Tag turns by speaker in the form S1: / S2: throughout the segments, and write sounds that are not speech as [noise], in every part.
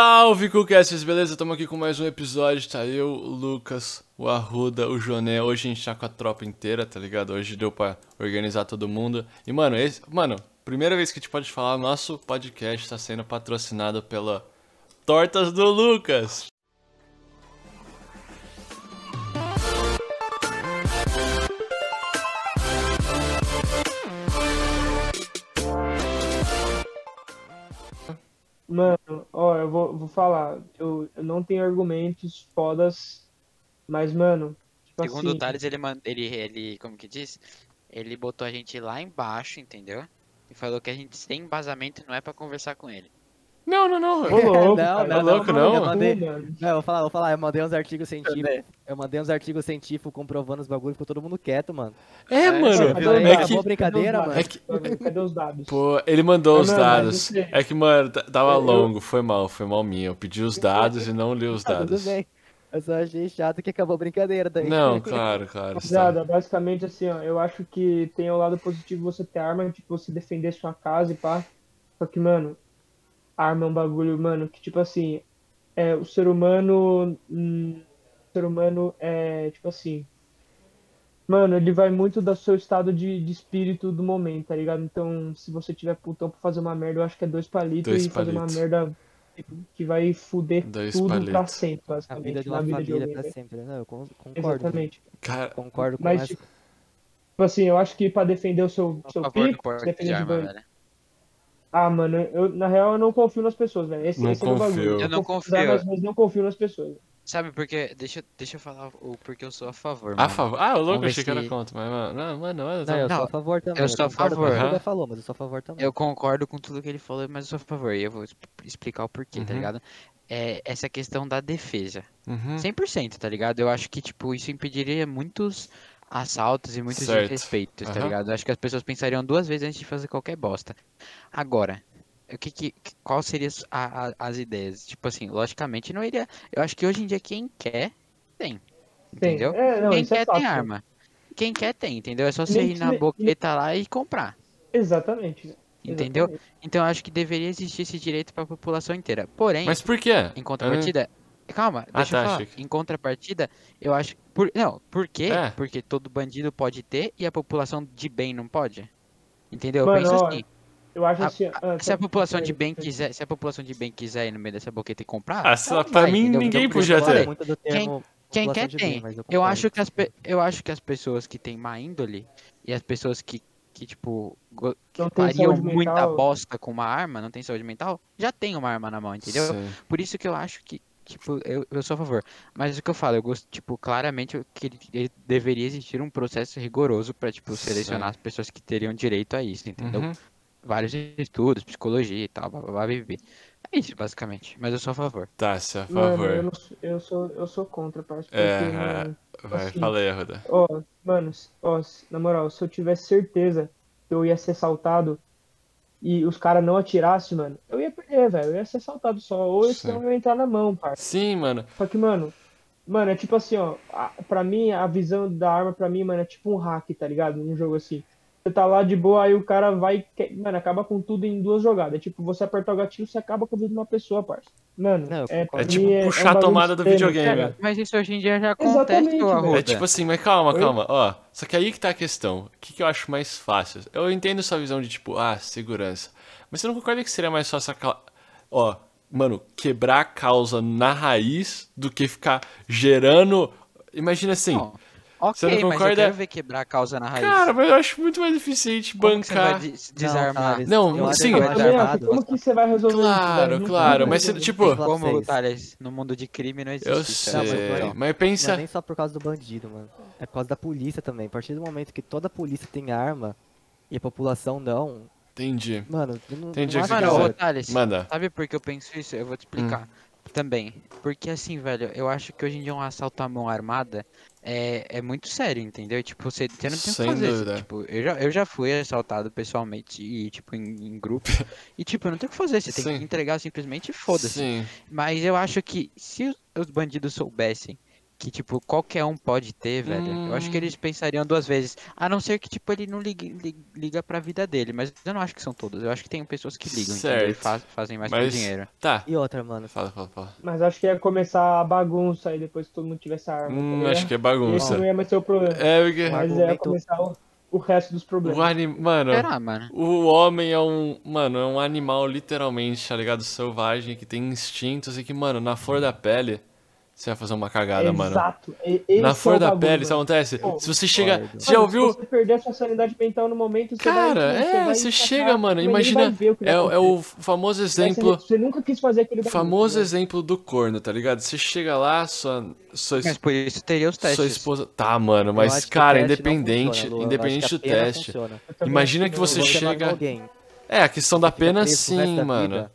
S1: Salve, Cookcasters, beleza? Estamos aqui com mais um episódio, tá eu, o Lucas, o Arruda, o Joné. Hoje a gente tá com a tropa inteira, tá ligado? Hoje deu pra organizar todo mundo. E, mano, esse... Mano, primeira vez que a gente pode falar, nosso podcast tá sendo patrocinado pela Tortas do Lucas.
S2: Mano, ó, eu vou, vou falar. Eu, eu não tenho argumentos fodas, mas, mano, tipo
S3: Segundo
S2: assim,
S3: o Thales, ele, man- ele, ele, como que diz? Ele botou a gente lá embaixo, entendeu? E falou que a gente sem embasamento não é pra conversar com ele.
S1: Não, não,
S3: [laughs]
S1: não.
S2: Ô, louco,
S4: Não,
S2: cara,
S4: não,
S2: tá
S1: não,
S2: tomando
S1: não.
S2: cu,
S4: Eu mandei-
S2: mano.
S4: Não, eu vou falar, eu vou falar, eu mandei uns artigos científicos. Eu mandei uns artigos científicos comprovando os bagulhos, ficou todo mundo quieto, mano.
S1: É, mano.
S2: Cadê os
S1: É
S4: Aí,
S2: dados?
S1: que...
S4: acabou a
S2: Cadê
S4: brincadeira,
S2: os
S4: mano.
S1: É
S2: dados?
S1: que...
S2: Cadê os dados?
S1: Pô, ele mandou
S2: Ah,
S1: os
S2: não, mas
S1: dados.
S2: isso é-
S1: É que, mano, t- tava
S2: Eu-
S1: longo, foi mal, foi mal minha. Eu pedi os dados e não li os
S4: Ah, Tudo
S1: dados.
S4: bem. Eu só achei chato que acabou a brincadeira daí. [laughs]
S1: Não, claro, claro. está-
S2: Rapaziada, basicamente assim, ó, eu acho que tem o lado positivo você ter arma, tipo, você defender sua casa e pá. Só que, mano, arma é um bagulho, mano, que tipo assim, é, o ser humano. hum, o ser humano é, tipo assim. Mano, ele vai muito do seu estado de, de espírito do momento, tá ligado? Então, se você tiver putão pra fazer uma merda, eu acho que é dois palitos
S1: Dois
S2: e fazer uma
S1: palitos.
S2: merda tipo, que vai fuder
S1: Dois
S2: tudo pra
S1: palitos.
S2: sempre,
S4: A
S2: basicamente,
S4: vida de
S2: na
S4: uma
S2: vida de
S4: família
S2: alguém,
S4: pra
S2: né?
S4: sempre. Não, eu con- concordo.
S2: Exatamente.
S1: Cara,
S4: Concordo com
S2: Mas,
S4: essa.
S2: tipo, Tipo assim, eu acho que pra defender o seu,
S3: A
S2: seu
S3: favor do
S2: pico,
S3: porte
S2: você
S3: de
S2: defende de
S3: arma, né?
S2: banho.
S3: velho.
S2: Ah, mano, eu, na real eu não confio nas pessoas, velho. Esse,
S1: Não
S2: esse é o meu
S1: confio.
S2: bagulho.
S3: Eu não
S2: nas
S3: confio.
S2: armas, mas não confio nas pessoas.
S3: Sabe por quê? Deixa, deixa eu falar o porquê eu sou a favor,
S1: a
S3: mano.
S1: favor. Ah, o louco,
S3: Vamos ver
S1: achei que era
S3: se-
S1: contra, mas, mano, não, mano, mano,
S4: Não,
S1: tá-
S4: eu sou
S3: não,
S4: a favor também.
S3: eu sou a
S4: concordo com
S3: favor.
S4: o que o
S1: Aham.
S4: Guga falou, mas eu sou a favor também.
S3: Eu concordo com tudo que ele falou, mas eu sou a favor. E eu vou exp- explicar o porquê, tá
S1: Uhum.
S3: ligado? É, essa questão da defesa.
S1: Uhum.
S3: 100%, tá ligado? Eu acho que, tipo, isso impediria muitos assaltos e muitos
S1: Certo.
S3: desrespeitos, tá
S1: Aham.
S3: ligado? Eu acho que as pessoas pensariam duas vezes antes de fazer qualquer bosta. Agora, o que que, que- qual seria a- a- as ideias? Tipo assim, logicamente não iria... Eu acho que hoje em dia quem quer, tem.
S2: Tem.
S3: Entendeu?
S2: É, não,
S3: quem
S2: isso é
S3: quer tem
S2: fácil.
S3: arma. Quem quer tem, entendeu? É só você
S2: Nem
S3: ir
S2: que-
S3: na
S2: nem-
S3: boqueta lá e comprar,
S2: Exatamente.
S3: entendeu?
S2: Exatamente.
S3: Então eu acho que deveria existir esse direito pra população inteira. Porém,
S1: Mas por quê?
S3: em
S1: Eu
S3: contrapartida. Calma,
S1: Ah,
S3: deixa
S1: tá,
S3: eu falar.
S1: achei que-
S3: Em contrapartida, eu acho. Por... Não, por quê?
S1: É.
S3: Porque todo bandido pode ter e a população de bem não pode. Entendeu?
S2: Mano,
S3: eu penso
S2: ó,
S3: assim.
S2: Eu acho
S3: a-
S2: assim. ah,
S3: Se a população de
S2: peraí,
S3: bem
S4: [laughs]
S2: peraí.
S3: quiser, se a população de bem quiser ir no meio dessa boqueta e comprar,
S1: Ah, sei lá,
S3: ela
S1: pra
S3: vai,
S1: mim
S3: entendeu?
S1: ninguém
S3: Então, por isso
S1: podia
S3: eu falei,
S1: ter.
S4: muito do termo
S3: Quem
S4: população
S3: quer
S4: de
S3: tem.
S4: bem, mas eu
S3: eu
S4: concordo.
S3: acho que as pe- eu acho que as pessoas que têm má índole e as pessoas que que tipo go- que
S2: Não tem
S3: fariam
S2: saúde
S3: muita
S2: mental.
S3: bosta com uma arma, não tem saúde mental, já tem uma arma na mão, entendeu?
S1: Sei.
S3: Por isso que eu acho que, tipo, eu, eu sou a favor. Mas o que eu falo, eu gosto, tipo, claramente eu- que ele- ele deveria existir um processo rigoroso pra, tipo, selecionar as pessoas que teriam direito a isso, entendeu?
S1: Uhum.
S3: Vários estudos, psicologia e tal, blá, blá, blá, blá, blá. É isso, basicamente. Mas eu sou a favor.
S1: Tá, se a
S2: Mano, eu,
S1: favor.
S2: não sou- eu sou, eu sou contra, parça. Porque,
S1: É,
S2: mano,
S1: Vai,
S2: assim-
S1: fala aí, Arruda.
S2: Ó, mano, se- ó, se- na moral, se eu tivesse certeza que eu ia ser assaltado e os caras não atirassem, mano, eu ia perder, velho. Eu ia ser assaltado só. Ou eu,
S1: Sim.
S2: senão eu ia entrar na mão, parça.
S1: Sim, mano.
S2: Só que, mano, mano, é tipo assim, ó, a, pra mim, a visão da arma, pra mim, mano, é tipo um hack, tá ligado? Num jogo assim. Você tá lá de boa, aí o cara vai, que- mano, acaba com tudo em duas jogadas. É tipo, você apertar o gatilho, você acaba com a vida de uma pessoa, parça. Mano,
S4: Não, eu
S2: é,
S4: concordo.
S2: pra
S1: É
S2: mim,
S1: tipo
S2: é- é um
S1: puxar a
S2: bagulho
S1: tomada do
S2: extremo,
S1: videogame.
S2: cara.
S3: Mas isso hoje em dia já
S2: Exatamente,
S3: acontece,
S2: velho.
S3: ô
S2: É
S3: Arruda.
S1: É tipo assim, mas calma,
S2: Oi?
S1: calma, ó. Só que aí que tá a questão. O que, que eu acho mais fácil? Eu entendo sua visão de tipo, ah, segurança. Mas você não concorda que seria mais fácil, acal- ó, mano, quebrar a causa na raiz do que ficar gerando. Imagina assim.
S3: Não, Ok,
S1: Você não
S3: mas eu
S1: concorda?
S3: quero ver quebrar a causa na raiz.
S1: Cara, mas eu acho muito mais eficiente
S3: Como que você vai
S1: bancar.
S3: des-
S4: Não,
S3: desarmar?
S4: Thales,
S1: Não,
S4: eu acho
S1: sim.
S4: que
S2: Eu
S4: vai
S3: Mas
S2: também
S4: dar
S2: acho,
S4: errado.
S2: como que você vai resolver isso, velho?
S1: Claro,
S2: Não tem
S1: claro.
S2: como
S1: Mas se,
S2: resolver.
S1: tipo,
S4: Falar pra
S3: Como,
S4: vocês.
S3: Thales, no mundo de crime não existe.
S1: eu
S3: isso, tá ligado?
S1: sei.
S4: legal.
S1: Mas
S4: Não é
S1: pensa.
S4: nem só por causa do bandido, mano. É por causa da polícia também. A partir do momento que toda a polícia tem arma e a população não,
S1: Entendi.
S4: mano, eu não,
S1: Entendi
S4: não
S1: o que
S4: acho
S1: você
S4: é
S3: Mano, ô
S1: quiser.
S4: certo.
S3: Thales,
S1: Manda.
S3: sabe por que eu penso isso? Eu vou
S1: Hum.
S3: te explicar também. Porque assim, velho, eu acho que hoje em dia um assalto à mão armada é, é muito sério, entendeu? Tipo, você, você não tem o que
S1: Sem
S3: fazer.
S1: dúvida.
S3: Tipo, eu já, eu já fui assaltado pessoalmente e, tipo, em,
S1: [laughs]
S3: em grupo. e, tipo, eu não tenho o que fazer. Você tem
S1: Sim.
S3: que entregar simplesmente e foda-se.
S1: Sim.
S3: Mas eu acho que se os- os bandidos soubessem que, tipo, qualquer um pode ter, velho, eu acho que
S1: Hum.
S3: eles pensariam duas vezes. A não ser que, tipo, ele não ligue, li- liga pra vida dele. Mas eu não acho que são todos. Eu acho que tem pessoas que ligam, entendeu? E
S1: Certo.
S3: faz- fazem mais por
S1: Mas-
S3: dinheiro.
S1: Tá.
S4: E outra, mano.
S1: Fala, fala, fala.
S2: Mas acho que ia começar a bagunça aí depois que todo mundo tivesse a arma.
S1: Hum,
S2: tá
S1: acho que é
S2: ligado? Esse não
S1: bagunça.
S2: ia mais ser o problema.
S1: É, porque.
S2: Mas ia
S4: argumento-
S2: começar o, o resto dos problemas.
S1: O anim... Mano,
S3: Será, mano?
S1: o homem é um. Mano, é um animal literalmente, tá ligado? Selvagem, que tem instintos e que, mano, na flor da pele. Você vai fazer uma cagada, mano.
S2: Exato. E- esse é
S1: Na
S2: o
S1: flor da
S2: bagulho,
S1: pele,
S2: mano.
S1: isso acontece.
S2: Pô,
S1: Se você chega.
S4: concordo.
S1: Você já
S2: Mano,
S1: ouviu?
S2: Se você perder a sua sanidade mental no momento, você
S1: Cara,
S2: vai,
S1: é,
S2: vai
S1: você
S2: encaixar,
S1: chega, mano.
S2: mas ele vai
S1: Imagina.
S2: ver o que
S1: É,
S2: vai
S1: é
S2: acontecer.
S1: o famoso
S2: Vai ser-
S1: exemplo.
S2: Você nunca quis fazer aquele bagulho,
S1: Famoso
S2: né?
S1: exemplo do corno, tá ligado? Você chega lá, sua. sua
S3: Mas por isso teria os
S1: Sua
S3: testes.
S1: esposa. Tá, mano,
S4: eu
S1: mas,
S4: acho que o
S1: cara,
S4: teste não
S1: independente.
S4: funciona, Luan. Eu acho que
S1: independente
S4: a
S1: do
S4: pena
S1: teste.
S4: funciona.
S2: Eu também
S1: Imagina
S2: acho
S1: que você
S2: não-
S4: Você mata
S1: chega-
S4: alguém, fica
S1: É, a questão da pena,
S4: preso pro resto
S1: sim,
S4: da
S1: mano.
S4: vida.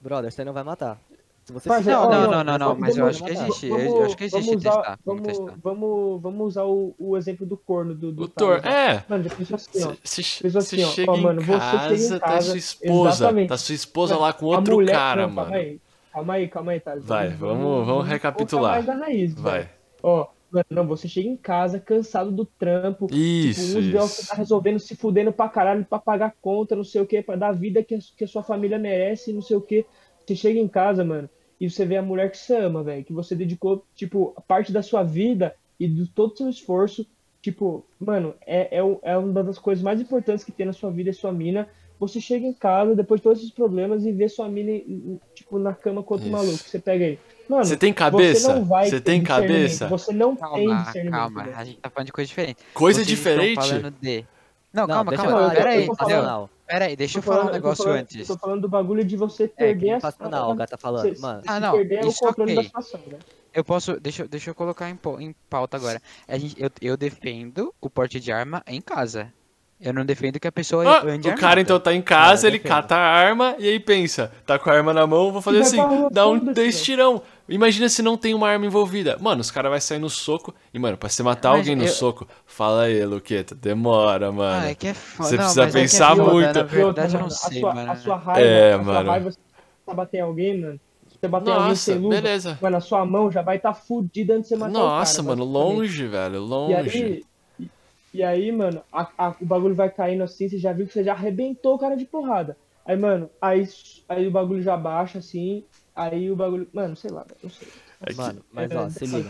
S4: Brother, você não vai matar. Se você
S2: Parça,
S4: fizer
S2: ó,
S4: alguma
S2: ó,
S3: não,
S4: coisa,
S3: não, não,
S4: você
S3: mas eu
S4: vai
S3: acho que
S4: matar.
S3: existe. eu- eu acho que existe
S2: vamos usar,
S3: testar, vamos
S2: Vamos,
S3: testar.
S2: vamos- vamos usar o, o exemplo do corno do, do
S1: O Thor,
S2: Thales, né?
S1: é.
S2: Mano, já pensou assim, ó.
S1: Você
S2: Fez assim, ó,
S1: chega
S2: ó,
S1: em
S2: mano, você chega em
S1: casa, tá
S2: casa,
S1: sua esposa.
S2: exatamente.
S1: Tá sua esposa
S2: Mano,
S1: lá com
S2: a
S1: outro
S2: mulher-
S1: cara,
S2: não, Calma
S1: mano.
S2: aí, calma aí, calma aí, Thales.
S1: Vai, vamos, vamos
S2: focar mais
S1: recapitular.
S2: na raiz, velho.
S1: Vai.
S2: Ó, mano, não, você chega em casa cansado do trampo.
S1: Isso,
S2: tipo, uns você
S1: isso.
S2: tá resolvendo, se fudendo pra caralho, pra pagar conta, não sei o que, pra dar a vida que a, que a sua família merece, não sei o que. Você chega em casa, mano, e você vê a mulher que você ama, velho, que você dedicou, tipo, parte da sua vida e de todo o seu esforço. Tipo, mano, é, é, o- é uma das coisas mais importantes que tem na sua vida, é sua mina. Você chega em casa, depois de todos esses problemas, e vê sua mina, em- em- tipo, na cama com outro
S1: Isso.
S2: maluco. Você pega aí. Mano,
S1: Você tem cabeça?
S2: você não vai
S1: Você
S2: ter
S1: tem
S2: discernimento,
S1: cabeça?
S2: Você não tem
S3: Calma,
S2: discernimento.
S3: calma.
S2: velho.
S3: A gente tá falando de coisa diferente.
S1: Coisa
S3: Vocês estão
S1: diferente?
S3: falando de- Não,
S4: Não,
S3: calma,
S4: deixa
S3: calma.
S4: eu-
S2: eu-
S3: Pera aí,
S2: eu tô
S3: entendeu?
S2: falando-
S4: passional.
S3: Pera aí, deixa eu
S2: Tô
S3: falar um
S2: falando- eu tô
S3: negócio
S2: falando-
S3: antes.
S2: Eu tô falando do bagulho de você
S4: É,
S2: perder
S4: que
S2: a
S4: passional, o gato tá falando.
S2: Você-
S4: Mano,
S3: Ah,
S2: se
S3: não,
S2: perder o
S3: isso
S2: controle
S3: ok.
S2: da situação, né?
S3: Eu posso. Deixa, eu- deixa eu colocar em, pau- em pauta agora. A gente, eu, eu defendo o porte de arma em casa. Eu não defendo que a pessoa
S1: Ah,
S3: ande
S1: o cara
S3: armada.
S1: então tá em casa,
S4: Ah,
S1: ele
S4: defendo.
S1: cata a arma e aí pensa, tá com a arma na mão, vou fazer
S2: Vai
S1: assim,
S2: pra rua,
S1: dá um
S2: foda-se,
S1: dois
S2: velho.
S1: tirão. Imagina se não tem uma arma envolvida. Mano, os caras vai sair no soco. E, mano, pra você matar
S3: Mas
S1: alguém no
S3: eu-
S1: soco, fala aí, Luqueta, demora, mano.
S3: Ah, é que é foda.
S1: Você
S3: Não,
S1: precisa
S3: mas é que é
S1: pensar
S3: foda,
S1: muito.
S3: Na verdade, eu
S2: mano,
S3: não sei,
S2: a sua,
S3: mano.
S2: A sua raiva,
S1: É,
S2: a sua
S1: mano.
S2: raiva, você bater em alguém, mano. Você bater em alguém
S1: Nossa,
S2: sem luva,
S1: beleza.
S2: mano, a sua mão já vai estar tá fudida antes de você matar o cara,
S1: Nossa, mano,
S2: basicamente.
S1: longe, velho,
S2: E
S1: longe.
S2: aí, e- e aí mano, a- a- o bagulho vai caindo assim, você já viu que você já arrebentou o cara de porrada. Aí, mano, aí, aí o bagulho já baixa assim, aí o bagulho. Mano, sei lá, velho, não sei.
S1: É que-
S4: mano, mas ó,
S3: [laughs]
S4: se liga.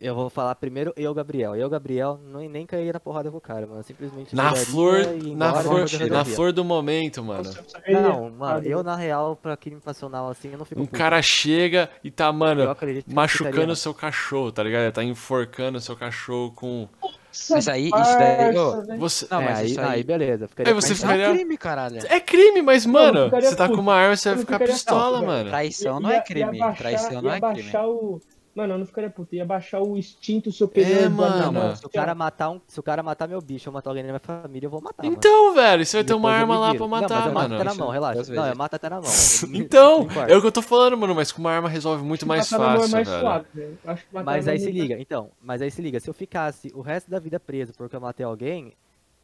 S4: Eu vou falar primeiro eu, Gabriel. Eu, Gabriel, não, nem cairia na porrada com o cara, mano. Simplesmente.
S1: Na
S4: chegaria
S1: flor,
S4: e ia
S1: na
S4: embora,
S1: flor,
S4: ia pra
S1: na
S4: rodovia.
S1: flor do momento, mano.
S4: Não, mano, eu na real, pra crime passional assim, eu não fico.
S1: Um
S4: puto.
S1: cara chega e tá,
S4: Eu
S1: mano,
S4: acredito que eu
S1: machucando
S4: ficaria-
S1: o seu cachorro, tá ligado? Ele Tá enforcando seu cachorro com.
S3: Mas aí, isso daí. ô,
S1: Você.
S3: Não,
S4: É,
S3: mas
S4: aí,
S3: isso aí.
S4: aí beleza.
S1: Aí
S4: Ficaria
S1: você
S3: Mas
S4: mais-
S3: isso é
S1: ficaria-
S3: um crime, caralho.
S1: É crime, mas,
S2: eu
S1: mano,
S2: ficaria
S1: você tá
S2: puto.
S1: com uma arma, você
S2: Eu
S1: vai
S2: não
S1: ficar
S2: ficaria
S1: pistola,
S2: puto,
S1: mano.
S3: Traição não é crime. Traição não é crime.
S2: O... Mano, eu não ficaria puto, ia baixar o instinto
S1: É,
S2: superior do
S1: mano.
S2: animal.
S4: Se o cara matar um, se o cara matar meu bicho, eu matar alguém da minha família, eu vou matar. mano.
S1: Então, velho, você vai ter uma
S4: Depois eu
S1: arma
S4: me
S1: lá
S4: viro.
S1: pra
S4: não, mas
S1: matar, [laughs]
S4: eu Mato até na
S1: mano.
S4: mão, relaxa.
S3: Duas
S4: Não, eu
S3: vezes.
S4: mato até
S1: [laughs]
S4: na mão. Não me-
S1: Então,
S4: não me importa.
S1: é o que eu tô falando, mano, mas com uma arma resolve muito mais
S2: Matar na mão é
S1: fácil,
S2: mais
S1: velho.
S2: suave, velho. Acho que matar
S4: Mas
S2: na
S4: aí
S2: mão
S4: se
S2: é mais-
S4: liga, então. Mas aí se liga, se eu ficasse o resto da vida preso porque eu matei alguém,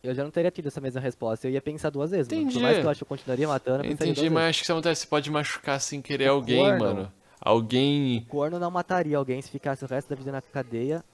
S4: eu já não teria tido essa mesma resposta. Eu ia pensar duas vezes. mano.
S1: Entendi.
S4: Por mais que eu acho que eu continuaria
S2: tá
S4: matando, eu pensaria
S1: Entendi,
S4: duas
S1: mas
S4: vezes.
S1: acho que isso acontece, você pode machucar sem querer alguém,
S4: corno.
S1: mano. Alguém.
S4: Corno não mataria alguém se ficasse o resto da vida na cadeia.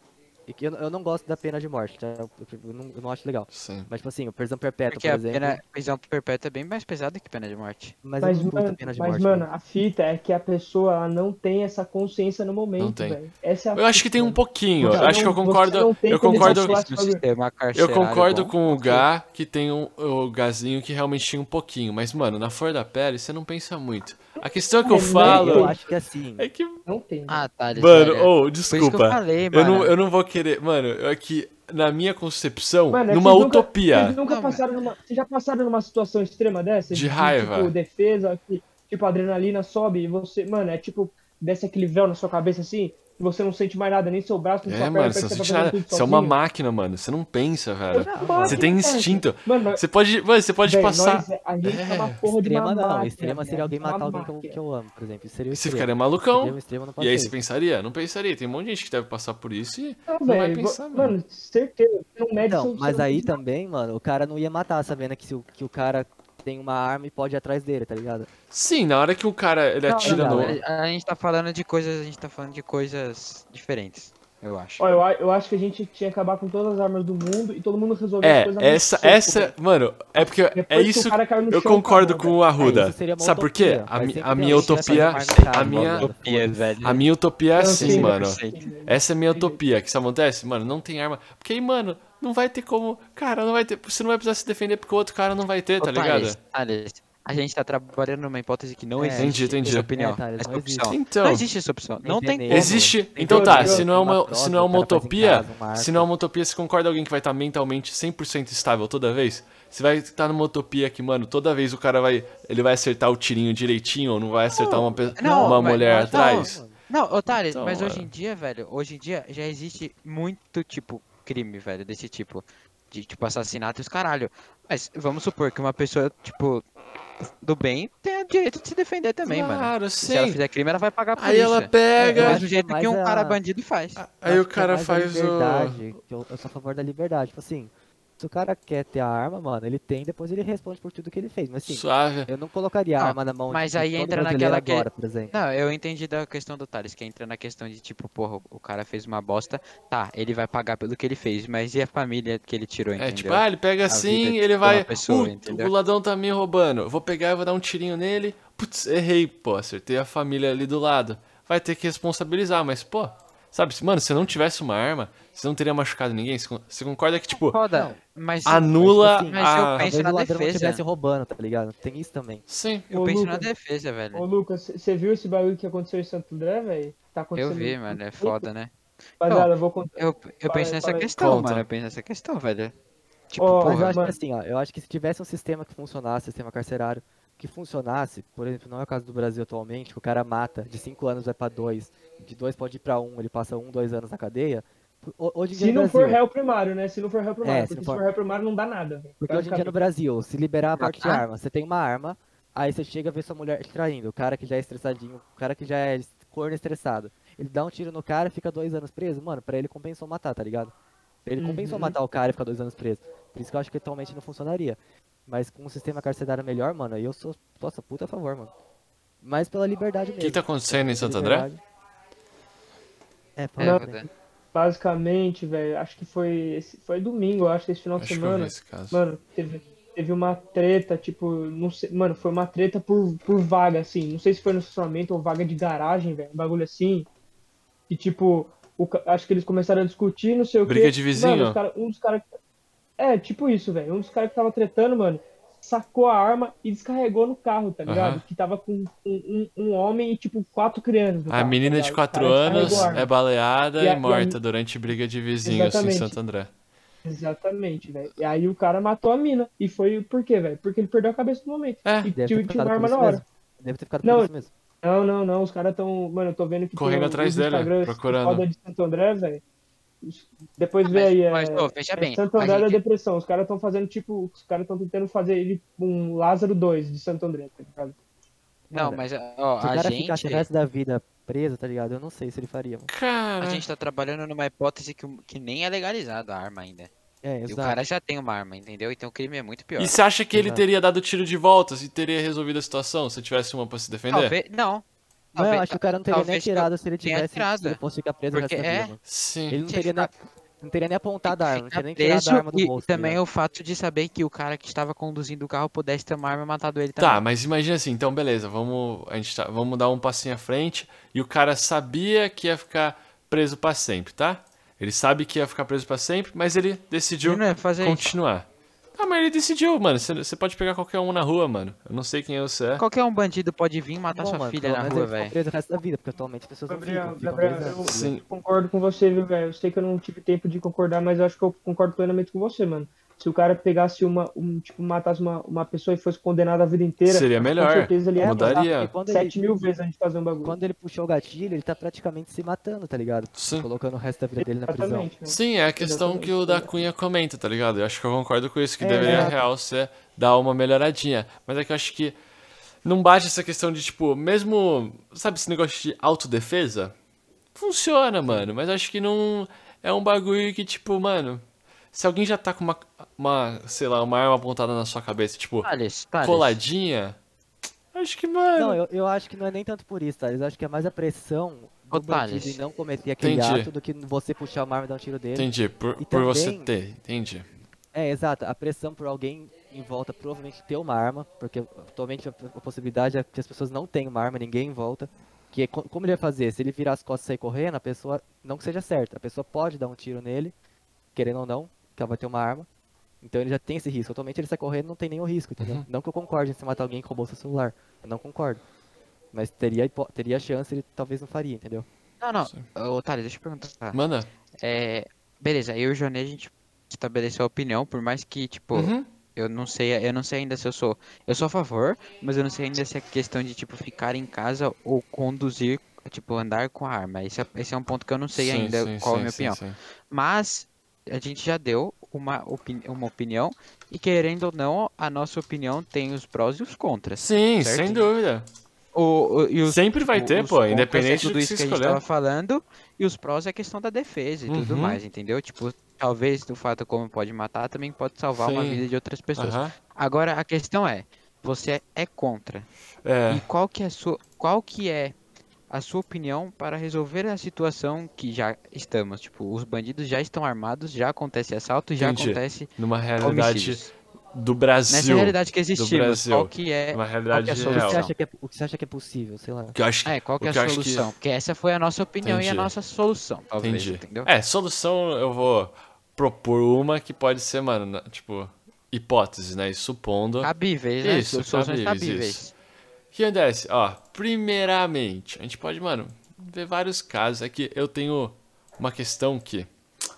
S4: E que eu, eu não gosto da pena de morte, tá? Eu, eu não, eu não acho legal.
S1: Sim.
S4: Mas tipo assim, o prisão perpétua,
S3: Porque
S4: por
S3: a
S4: exemplo.
S3: pena, prisão perpétua é bem mais pesada que pena de morte.
S4: Mas,
S2: Mas,
S4: eu não curto
S2: mano,
S4: a pena de
S2: mas,
S4: morte. né?
S2: mano,
S4: mano.
S2: a fita é que a pessoa ela não tem essa consciência no momento,
S1: Não tem.
S2: velho. Essa é a
S1: Eu acho que
S2: fita,
S1: tem um
S2: mano.
S1: pouquinho.
S2: Você
S1: acho que eu
S2: não- você
S1: concordo.
S2: não tem
S1: Eu
S2: como
S1: concordo.
S2: desafiar
S3: Existe um sistema
S1: Eu
S3: carcerário
S1: concordo
S3: bom.
S1: com o Gá, que tem um, o Gazinho que realmente tinha um pouquinho. Mas, mano, na flor da pele, você não pensa muito. A questão que eu
S2: É, não,
S4: Eu
S1: falo
S4: acho que assim.
S1: é que.
S2: Não tem.
S3: Ah, tá,
S1: Mano,
S3: velho.
S1: ou,
S3: Por isso que eu
S1: desculpa.
S3: falei,
S1: Eu
S3: mano.
S1: não, eu não vou querer. Mano, é que na minha concepção,
S2: Mano, é que
S1: Tipo, numa
S2: vocês nunca-
S1: utopia.
S2: vocês nunca
S3: Não,
S2: passaram numa- vocês já passaram numa situação extrema dessa?
S1: De raiva.
S2: Tipo, defesa, que, tipo, a adrenalina sobe e você, mano, é tipo, desce aquele véu na sua cabeça assim, e você não sente mais nada, nem seu braço, nem
S1: É,
S2: sua
S1: mano,
S2: perna,
S1: você não
S2: parece que
S1: sente
S2: tá fazendo
S1: nada.
S2: tudo
S1: Você é uma
S2: sozinho.
S1: máquina, mano. Você não pensa, velho.
S2: É uma
S1: Você
S2: máquina,
S1: tem
S2: cara.
S1: instinto.
S2: Mano,
S1: Você pode. Mano, você pode
S2: velho,
S1: passar.
S2: nós é- a gente é,
S1: É.
S2: uma porra de né? uma
S4: Extrema não,
S2: máquina,
S4: extrema seria
S2: velho, É
S4: alguém
S2: uma
S4: matar alguém que eu,
S2: máquina.
S4: que eu amo, por exemplo. Isso seria
S1: Você
S4: o extremo.
S1: ficaria é malucão.
S4: Extremo, extremo, não
S1: E aí
S4: passei.
S1: você pensaria? Não pensaria. Tem um monte de gente que deve passar por isso e
S2: Não,
S1: não vai
S2: velho,
S1: pensar,
S2: vo-
S1: mano.
S2: mano, certeza, você é um não mede
S4: Então,
S2: seu-
S4: mas
S2: seu-
S4: aí também, mano, o cara não ia matar, sabendo que, se o, que o cara tem uma arma e pode ir atrás dele, tá ligado?
S1: Sim, na hora que o cara ele
S2: Não,
S1: atira
S4: não,
S1: no.
S4: é-
S3: A, a gente tá falando de coisas, a gente tá falando de coisas diferentes, eu acho.
S2: Ó, eu, a- eu acho que a gente tinha que acabar com todas as armas do mundo e todo mundo resolver as
S1: É,
S2: coisas ao mesmo
S1: essa,
S2: tempo,
S1: essa,
S2: velho.
S1: mano, é porque é
S2: Depois que
S1: isso.
S2: o cara caiu no
S1: Eu
S2: chão,
S1: concordo
S2: acabou,
S1: com o
S4: É,
S1: Arruda.
S4: isso seria uma
S1: Sabe por quê?
S4: utopia,
S1: A,
S4: mas
S1: mi-
S4: sempre
S1: a minha
S4: tem alguém
S1: utopia, é
S4: que tá vai marcar
S1: a
S4: o
S1: minha,
S4: bagulho.
S3: Utopias, velho.
S1: a minha utopia é
S2: Eu não
S1: assim,
S2: sei,
S1: mano.
S2: eu não sei.
S1: Essa é a minha utopia, que isso acontece, mano, não tem arma. Porque aí, mano, não vai ter como. Cara, não vai ter. Você não vai precisar se defender porque o outro cara não vai ter, tá
S3: Ô,
S1: ligado?
S3: Thales, Thales, a gente tá trabalhando numa hipótese que não
S4: É,
S3: existe
S1: entendi, entendi.
S3: essa opinião.
S4: É, Thales,
S3: essa
S4: não
S3: opção.
S4: existe.
S1: Então.
S3: não existe essa opção. Não tem
S4: Entendeu?
S3: como.
S1: Existe.
S4: Tem
S1: Então tá,
S2: teoria,
S1: se não é
S4: tem uma
S1: uma,
S4: prova,
S1: se não é uma
S4: o cara faz em
S1: utopia,
S4: casa, uma arte.
S1: se não é uma utopia, você concorda alguém que vai estar mentalmente 100% estável toda vez? Você vai estar numa utopia que, mano, toda vez o cara vai, ele vai acertar o tirinho direitinho ou não vai acertar uma, pe-
S3: não,
S1: uma
S3: mas-
S1: mulher
S3: mas não,
S1: atrás?
S3: Não, ô Thales,
S1: Então,
S3: mas
S1: mano.
S3: hoje em dia, velho, hoje em dia já existe muito tipo crime, velho, desse tipo. De tipo assassinato e os caralho. Mas vamos supor que uma pessoa, tipo, do bem tenha direito de se defender também, mano.
S1: Claro,
S3: Se ela
S1: sim.
S3: fizer crime, ela vai pagar por
S1: Aí
S3: isso.
S1: ela
S3: Do
S1: pega,
S4: acho é
S3: mesmo
S4: que é
S3: jeito que
S4: mais
S3: um
S4: a-
S3: cara bandido faz.
S1: aí o cara faz o
S4: o. Eu, eu sou a favor da liberdade. Tipo assim, se o cara quer ter a arma, mano, ele tem, depois ele responde por tudo que ele fez. Mas assim,
S1: suave.
S4: eu não colocaria a
S3: Não,
S4: arma na mão
S3: mas
S4: de
S3: aí
S4: tipo, todo
S3: entra
S4: brasileiro
S3: naquela que-
S4: agora, por exemplo.
S3: Não, eu entendi da questão do Thales, que entra na questão de tipo, porra, o cara fez uma bosta, tá, ele vai pagar pelo que ele fez, mas e a família que ele tirou, entendeu?
S1: É tipo, ah, ele pega
S3: vida
S1: assim,
S3: de
S1: ele
S3: uma
S1: vai.
S3: pessoa,
S1: "Uh,
S3: entendeu?
S1: o ladrão tá me roubando. Eu vou pegar e vou dar um tirinho nele. Putz, errei, pô. Acertei a família ali do lado. Vai ter que responsabilizar, mas, pô. Sabe, se- mano, se eu não tivesse uma arma, você não teria machucado ninguém. Você con- você concorda que, tipo,
S3: Foda, mas
S1: anula
S4: mas,
S3: assim,
S4: tipo
S1: a.
S3: mas eu penso- na
S4: Talvez o ladrão não
S3: defesa.
S4: estivesse roubando, tá ligado? Tem isso também.
S1: Sim.
S3: eu
S2: Ô,
S3: penso na
S2: Lucas.
S3: defesa, velho.
S2: Ô, Lucas, você viu esse bagulho que aconteceu em Santo André, velho? Tá
S3: Eu
S2: acontecendo.
S3: vi, mano, é foda, né?
S2: Rapaziada, eu vou contar.
S3: Eu, eu
S2: Fala aí,
S3: penso nessa
S2: fala aí.
S3: questão,
S1: Conta.
S3: mano. Eu penso nessa questão, velho. Tipo,
S2: Ó,
S4: Mas eu
S3: porra,
S4: acho que
S2: mano.
S4: assim, ó, eu acho que se tivesse um sistema que funcionasse, sistema carcerário, que funcionasse, por exemplo, não é o caso do Brasil atualmente, que o cara mata, de 5 anos vai pra 2, de 2 pode ir pra 1, um, ele passa 1, um, 2 anos na cadeia. Ho- Hoje em dia
S2: Se
S4: no
S2: não for
S4: Brasil,
S2: réu primário, né? Se não for réu primário.
S4: É, se
S2: porque
S4: não
S2: se
S4: for-
S2: for réu primário não dá nada, velho.
S4: Porque hoje em dia no Brasil, se
S2: Ah,
S4: liberar a parte de arma, você tem uma arma, aí você chega a ver sua mulher traindo, o cara que já é estressadinho, o cara que já é es- corno estressado. Ele dá um tiro no cara fica dois anos preso, mano, pra ele compensou matar, tá ligado? Ele compensou
S2: Uhum.
S4: matar o cara e ficar dois anos preso. Por isso que eu acho que atualmente não funcionaria. Mas com um sistema carcerário melhor, mano, aí eu sou, nossa, puta a favor, mano. Mas pela liberdade
S1: O
S4: mesmo.
S1: que tá acontecendo em
S4: Pela
S1: Santo André?
S4: liberdade. É,
S3: é,
S4: fala,
S3: velho.
S4: né?
S2: Basicamente, velho, acho que foi esse- foi domingo, eu acho, esse final de
S1: Acho que eu vi
S2: semana.
S1: esse caso.
S2: Mano, teve, teve uma treta, tipo, não sei, mano, foi uma treta por, por vaga, assim. Não sei se foi no estacionamento ou vaga de garagem, velho, um bagulho assim. E, tipo, o ca- acho que eles começaram a discutir, não sei o quê.
S1: Briga de vizinho.
S2: Mano, os cara- um dos caras. É, tipo isso, velho. Um dos caras que tava tretando, mano, sacou a arma e descarregou no carro, tá ligado?
S1: Aham.
S2: Que tava com um, um- um homem e, tipo, quatro crianças. no
S1: A
S2: carro, tá
S1: menina de
S2: ligado? O cara
S1: 4 anos
S2: descarregou a arma.
S1: é baleada
S2: E
S1: e,
S2: a- e a
S1: morta
S2: mi-
S1: durante briga de vizinhos em
S2: Exatamente.
S1: Santo André.
S2: Exatamente, velho. E aí o cara matou a mina. E foi por quê, velho? Porque ele perdeu a cabeça no momento.
S1: É, [laughs]
S2: e
S4: Deve
S2: tinha,
S4: ter
S2: tinha
S4: ficado
S2: uma
S4: por
S2: arma na
S4: isso
S2: hora.
S4: mesmo. Deve ter ficado
S2: Não,
S4: por isso mesmo.
S2: Não, não, não. Os caras tão. Mano, eu tô vendo que.
S1: Correndo
S2: tem um-
S1: atrás
S2: os
S1: dele,
S2: Instagrams
S1: procurando.
S2: Foda de Santo André, velho. Os- Depois vê
S3: Mas,
S2: aí.
S3: mas,
S2: é...
S3: ô, veja
S2: é
S3: bem.
S2: Santo
S3: a
S2: André da
S3: gente-
S2: Depressão. Os caras tão fazendo tipo. Os caras tão tentando fazer ele um Lázaro 2 de Santo André, tá ligado?
S3: Não,
S4: Mano,
S3: mas ó,
S4: Se o
S3: a
S4: cara
S3: gente.
S4: ficasse o resto da vida preso, tá ligado? Eu não sei se ele faria, mano.
S1: Cara.
S3: A gente tá trabalhando numa hipótese que, que nem é legalizada a arma ainda.
S4: É,
S3: E o
S4: exato.
S3: cara já tem uma arma, entendeu? Então o crime é muito pior.
S1: E você acha que ele
S4: Exato.
S1: teria dado tiro de volta e teria resolvido a situação se tivesse uma pra se defender?
S3: Talvez. Não.
S4: Não,
S3: Talvez-
S4: eu acho que o cara não teria nem
S3: talvez
S4: atirado se ele
S3: tenha
S4: tivesse.
S3: atirado.
S4: Se ele fosse ficar preso o resto
S3: Porque
S4: da vida,
S3: é-
S4: mano.
S1: Sim.
S4: Ele não
S3: Tinha
S4: teria,
S3: que
S4: nem, não teria nem apontado a arma, não
S3: ficar
S4: teria nem tirado
S3: preso
S4: a arma do
S3: e
S4: bolso. tá
S3: também
S4: ligado?
S3: o fato de saber que o cara que estava conduzindo o carro pudesse ter uma arma e matado ele
S1: Tá,
S3: também.
S1: mas imagina assim, então beleza, vamos, a gente tá- vamos dar um passinho à frente e o cara sabia que ia ficar preso pra sempre, tá? Ele sabe que ia ficar preso pra sempre, mas ele decidiu
S3: Ele não ia fazer isso.
S1: continuar. Ah, mas ele decidiu, mano. Você- Você pode pegar qualquer um na rua, mano. Eu não sei quem você é.
S3: Qualquer um bandido pode vir matar
S4: Bom,
S3: sua
S4: né? mano,
S3: filha
S4: pelo
S3: na
S4: menos
S3: rua,
S4: eles ficam
S3: velho.
S4: presos o resto da vida, porque atualmente as pessoas não
S2: Gabriel,
S4: ficam, ficam
S2: Gabriel,
S4: presas.
S2: eu
S1: Sim.
S2: concordo com você, viu, velho? Eu sei que eu não tive tempo de concordar, mas eu acho que eu concordo plenamente com você, mano. Se o cara pegasse uma. Um, tipo, matasse uma, uma pessoa e fosse condenado a vida inteira.
S1: Seria
S2: Com
S1: melhor.
S2: certeza ele
S3: é
S2: ia
S1: Mudaria.
S2: matar
S1: Daria.
S4: Porque quando ele,
S2: 7 mil vezes antes de fazer um bagulho.
S4: quando ele puxou o gatilho, ele tá praticamente se matando, tá ligado?
S1: Sim.
S4: Colocando o resto da vida dele tá na prisão.
S2: Exatamente, né?
S1: Sim, é a questão que o da Cunha comenta, tá ligado? Eu acho que eu concordo com isso, que
S4: É,
S1: deveria
S4: exato.
S1: real ser dar uma melhoradinha. Mas é que eu acho que não bate essa questão de, tipo, mesmo. Sabe esse negócio de autodefesa? Funciona, mano, mas acho que não. É um bagulho que, tipo, mano. Se alguém já tá com uma, uma, sei lá, uma arma apontada na sua cabeça, tipo,
S3: Thales, Thales.
S1: coladinha. Acho que, mano.
S4: Não, eu, eu acho que não é nem tanto por isso, Thales. Eu acho que é mais a pressão
S3: Ô,
S4: do bandido
S3: Thales.
S4: em não cometer aquele
S1: Entendi.
S4: ato do que você puxar uma arma e dar um tiro dele.
S1: Entendi. Por,
S4: E
S1: por você
S4: também-
S1: ter. Entendi.
S4: É, exato. A pressão por alguém em volta provavelmente ter uma arma, porque atualmente a, a possibilidade é que as pessoas não têm uma arma, ninguém em volta. Que é co- como ele vai fazer? Se ele virar as costas e sair correndo, a pessoa não que seja certa. A pessoa pode dar um tiro nele, querendo ou não, que ela vai ter uma arma. Então ele já tem esse risco. Atualmente ele sai correndo, não tem nenhum risco, entendeu? Não que eu concorde em você matar alguém que roubou seu celular. Eu não concordo. Mas teria hipo- teria chance, ele talvez não faria, entendeu?
S3: Não, não. Ô, Thales, deixa eu perguntar.
S1: Manda.
S3: É, beleza, eu e o Jonê, a gente estabeleceu a opinião, por mais que, tipo,
S1: Uhum.
S3: eu não sei, eu não sei ainda se eu sou. Eu sou a favor, mas eu não sei ainda se é questão de, tipo, ficar em casa ou conduzir, tipo, andar com a arma. Esse é, esse é um ponto que eu não sei
S1: Sim,
S3: ainda
S1: sim,
S3: qual é a
S1: sim,
S3: minha
S1: sim,
S3: opinião.
S1: sim.
S3: Mas a gente já deu uma, opini- uma opinião, e querendo ou não, a nossa opinião tem os prós e os contras.
S1: Sim,
S3: Certo?
S1: sem dúvida.
S3: O, o- e os
S1: Sempre vai
S3: o-
S1: ter,
S3: os
S1: pô,
S3: contras é
S1: independente do
S3: tudo
S1: que
S3: isso
S1: você
S3: que a gente tava
S1: escolher.
S3: falando, e os prós é a questão da defesa e tudo
S1: Uhum.
S3: mais, entendeu? Tipo, talvez do fato como pode matar também pode salvar uma
S1: Sim.
S3: vida de outras pessoas.
S1: Aham.
S3: Agora a questão é, você é contra. E
S1: É.
S3: qual que é a sua, qual que é a sua opinião para resolver a situação que já estamos, tipo, os bandidos já estão armados, já acontece assalto, já
S1: Entendi.
S3: acontece
S1: Numa realidade
S3: homicídios.
S1: do
S3: Nessa
S1: Brasil.
S3: realidade que existimos,
S1: Brasil.
S3: qual que é
S1: Uma realidade
S3: qual que é a
S4: O que
S1: real.
S4: você
S3: solução?
S4: acha que é, o que você acha que é possível, sei lá.
S1: Que eu acho que-
S3: É, qual que
S1: o
S3: é a
S1: que eu acho que-
S3: solução? Porque essa foi a nossa opinião e a
S1: Entendi.
S3: nossa solução, talvez,
S1: Entendi.
S3: entendeu?
S1: É, solução eu vou propor uma que pode ser, mano, na- tipo, hipótese, né? E supondo.
S3: Cabíveis, né?
S1: Isso,
S3: Soluções
S1: cabíveis,
S3: cabíveis.
S1: isso. O que acontece? Ó, primeiramente, a gente pode, mano, ver vários casos. É que eu tenho uma questão que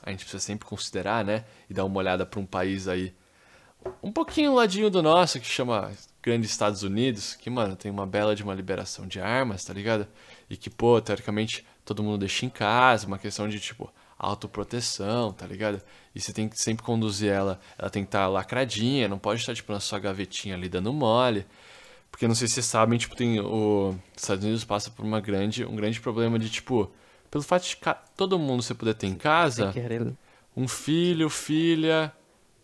S1: a gente precisa sempre considerar, né? E dar uma olhada pra um país aí um pouquinho ladinho do nosso, que chama Grande Estados Unidos, que, mano, tem uma bela de uma liberação de armas, tá ligado? E que, pô, teoricamente, todo mundo deixa em casa, uma questão de, tipo, autoproteção, tá ligado? E você tem que sempre conduzir ela, ela tem que estar lacradinha, não pode estar, tipo, na sua gavetinha ali dando mole. Porque não sei se vocês sabem, tipo, tem o os Estados Unidos passa por uma grande, um grande problema de, tipo, pelo fato de ca- todo mundo você poder ter em
S4: Sem
S1: casa,
S4: querer,
S1: um filho, filha,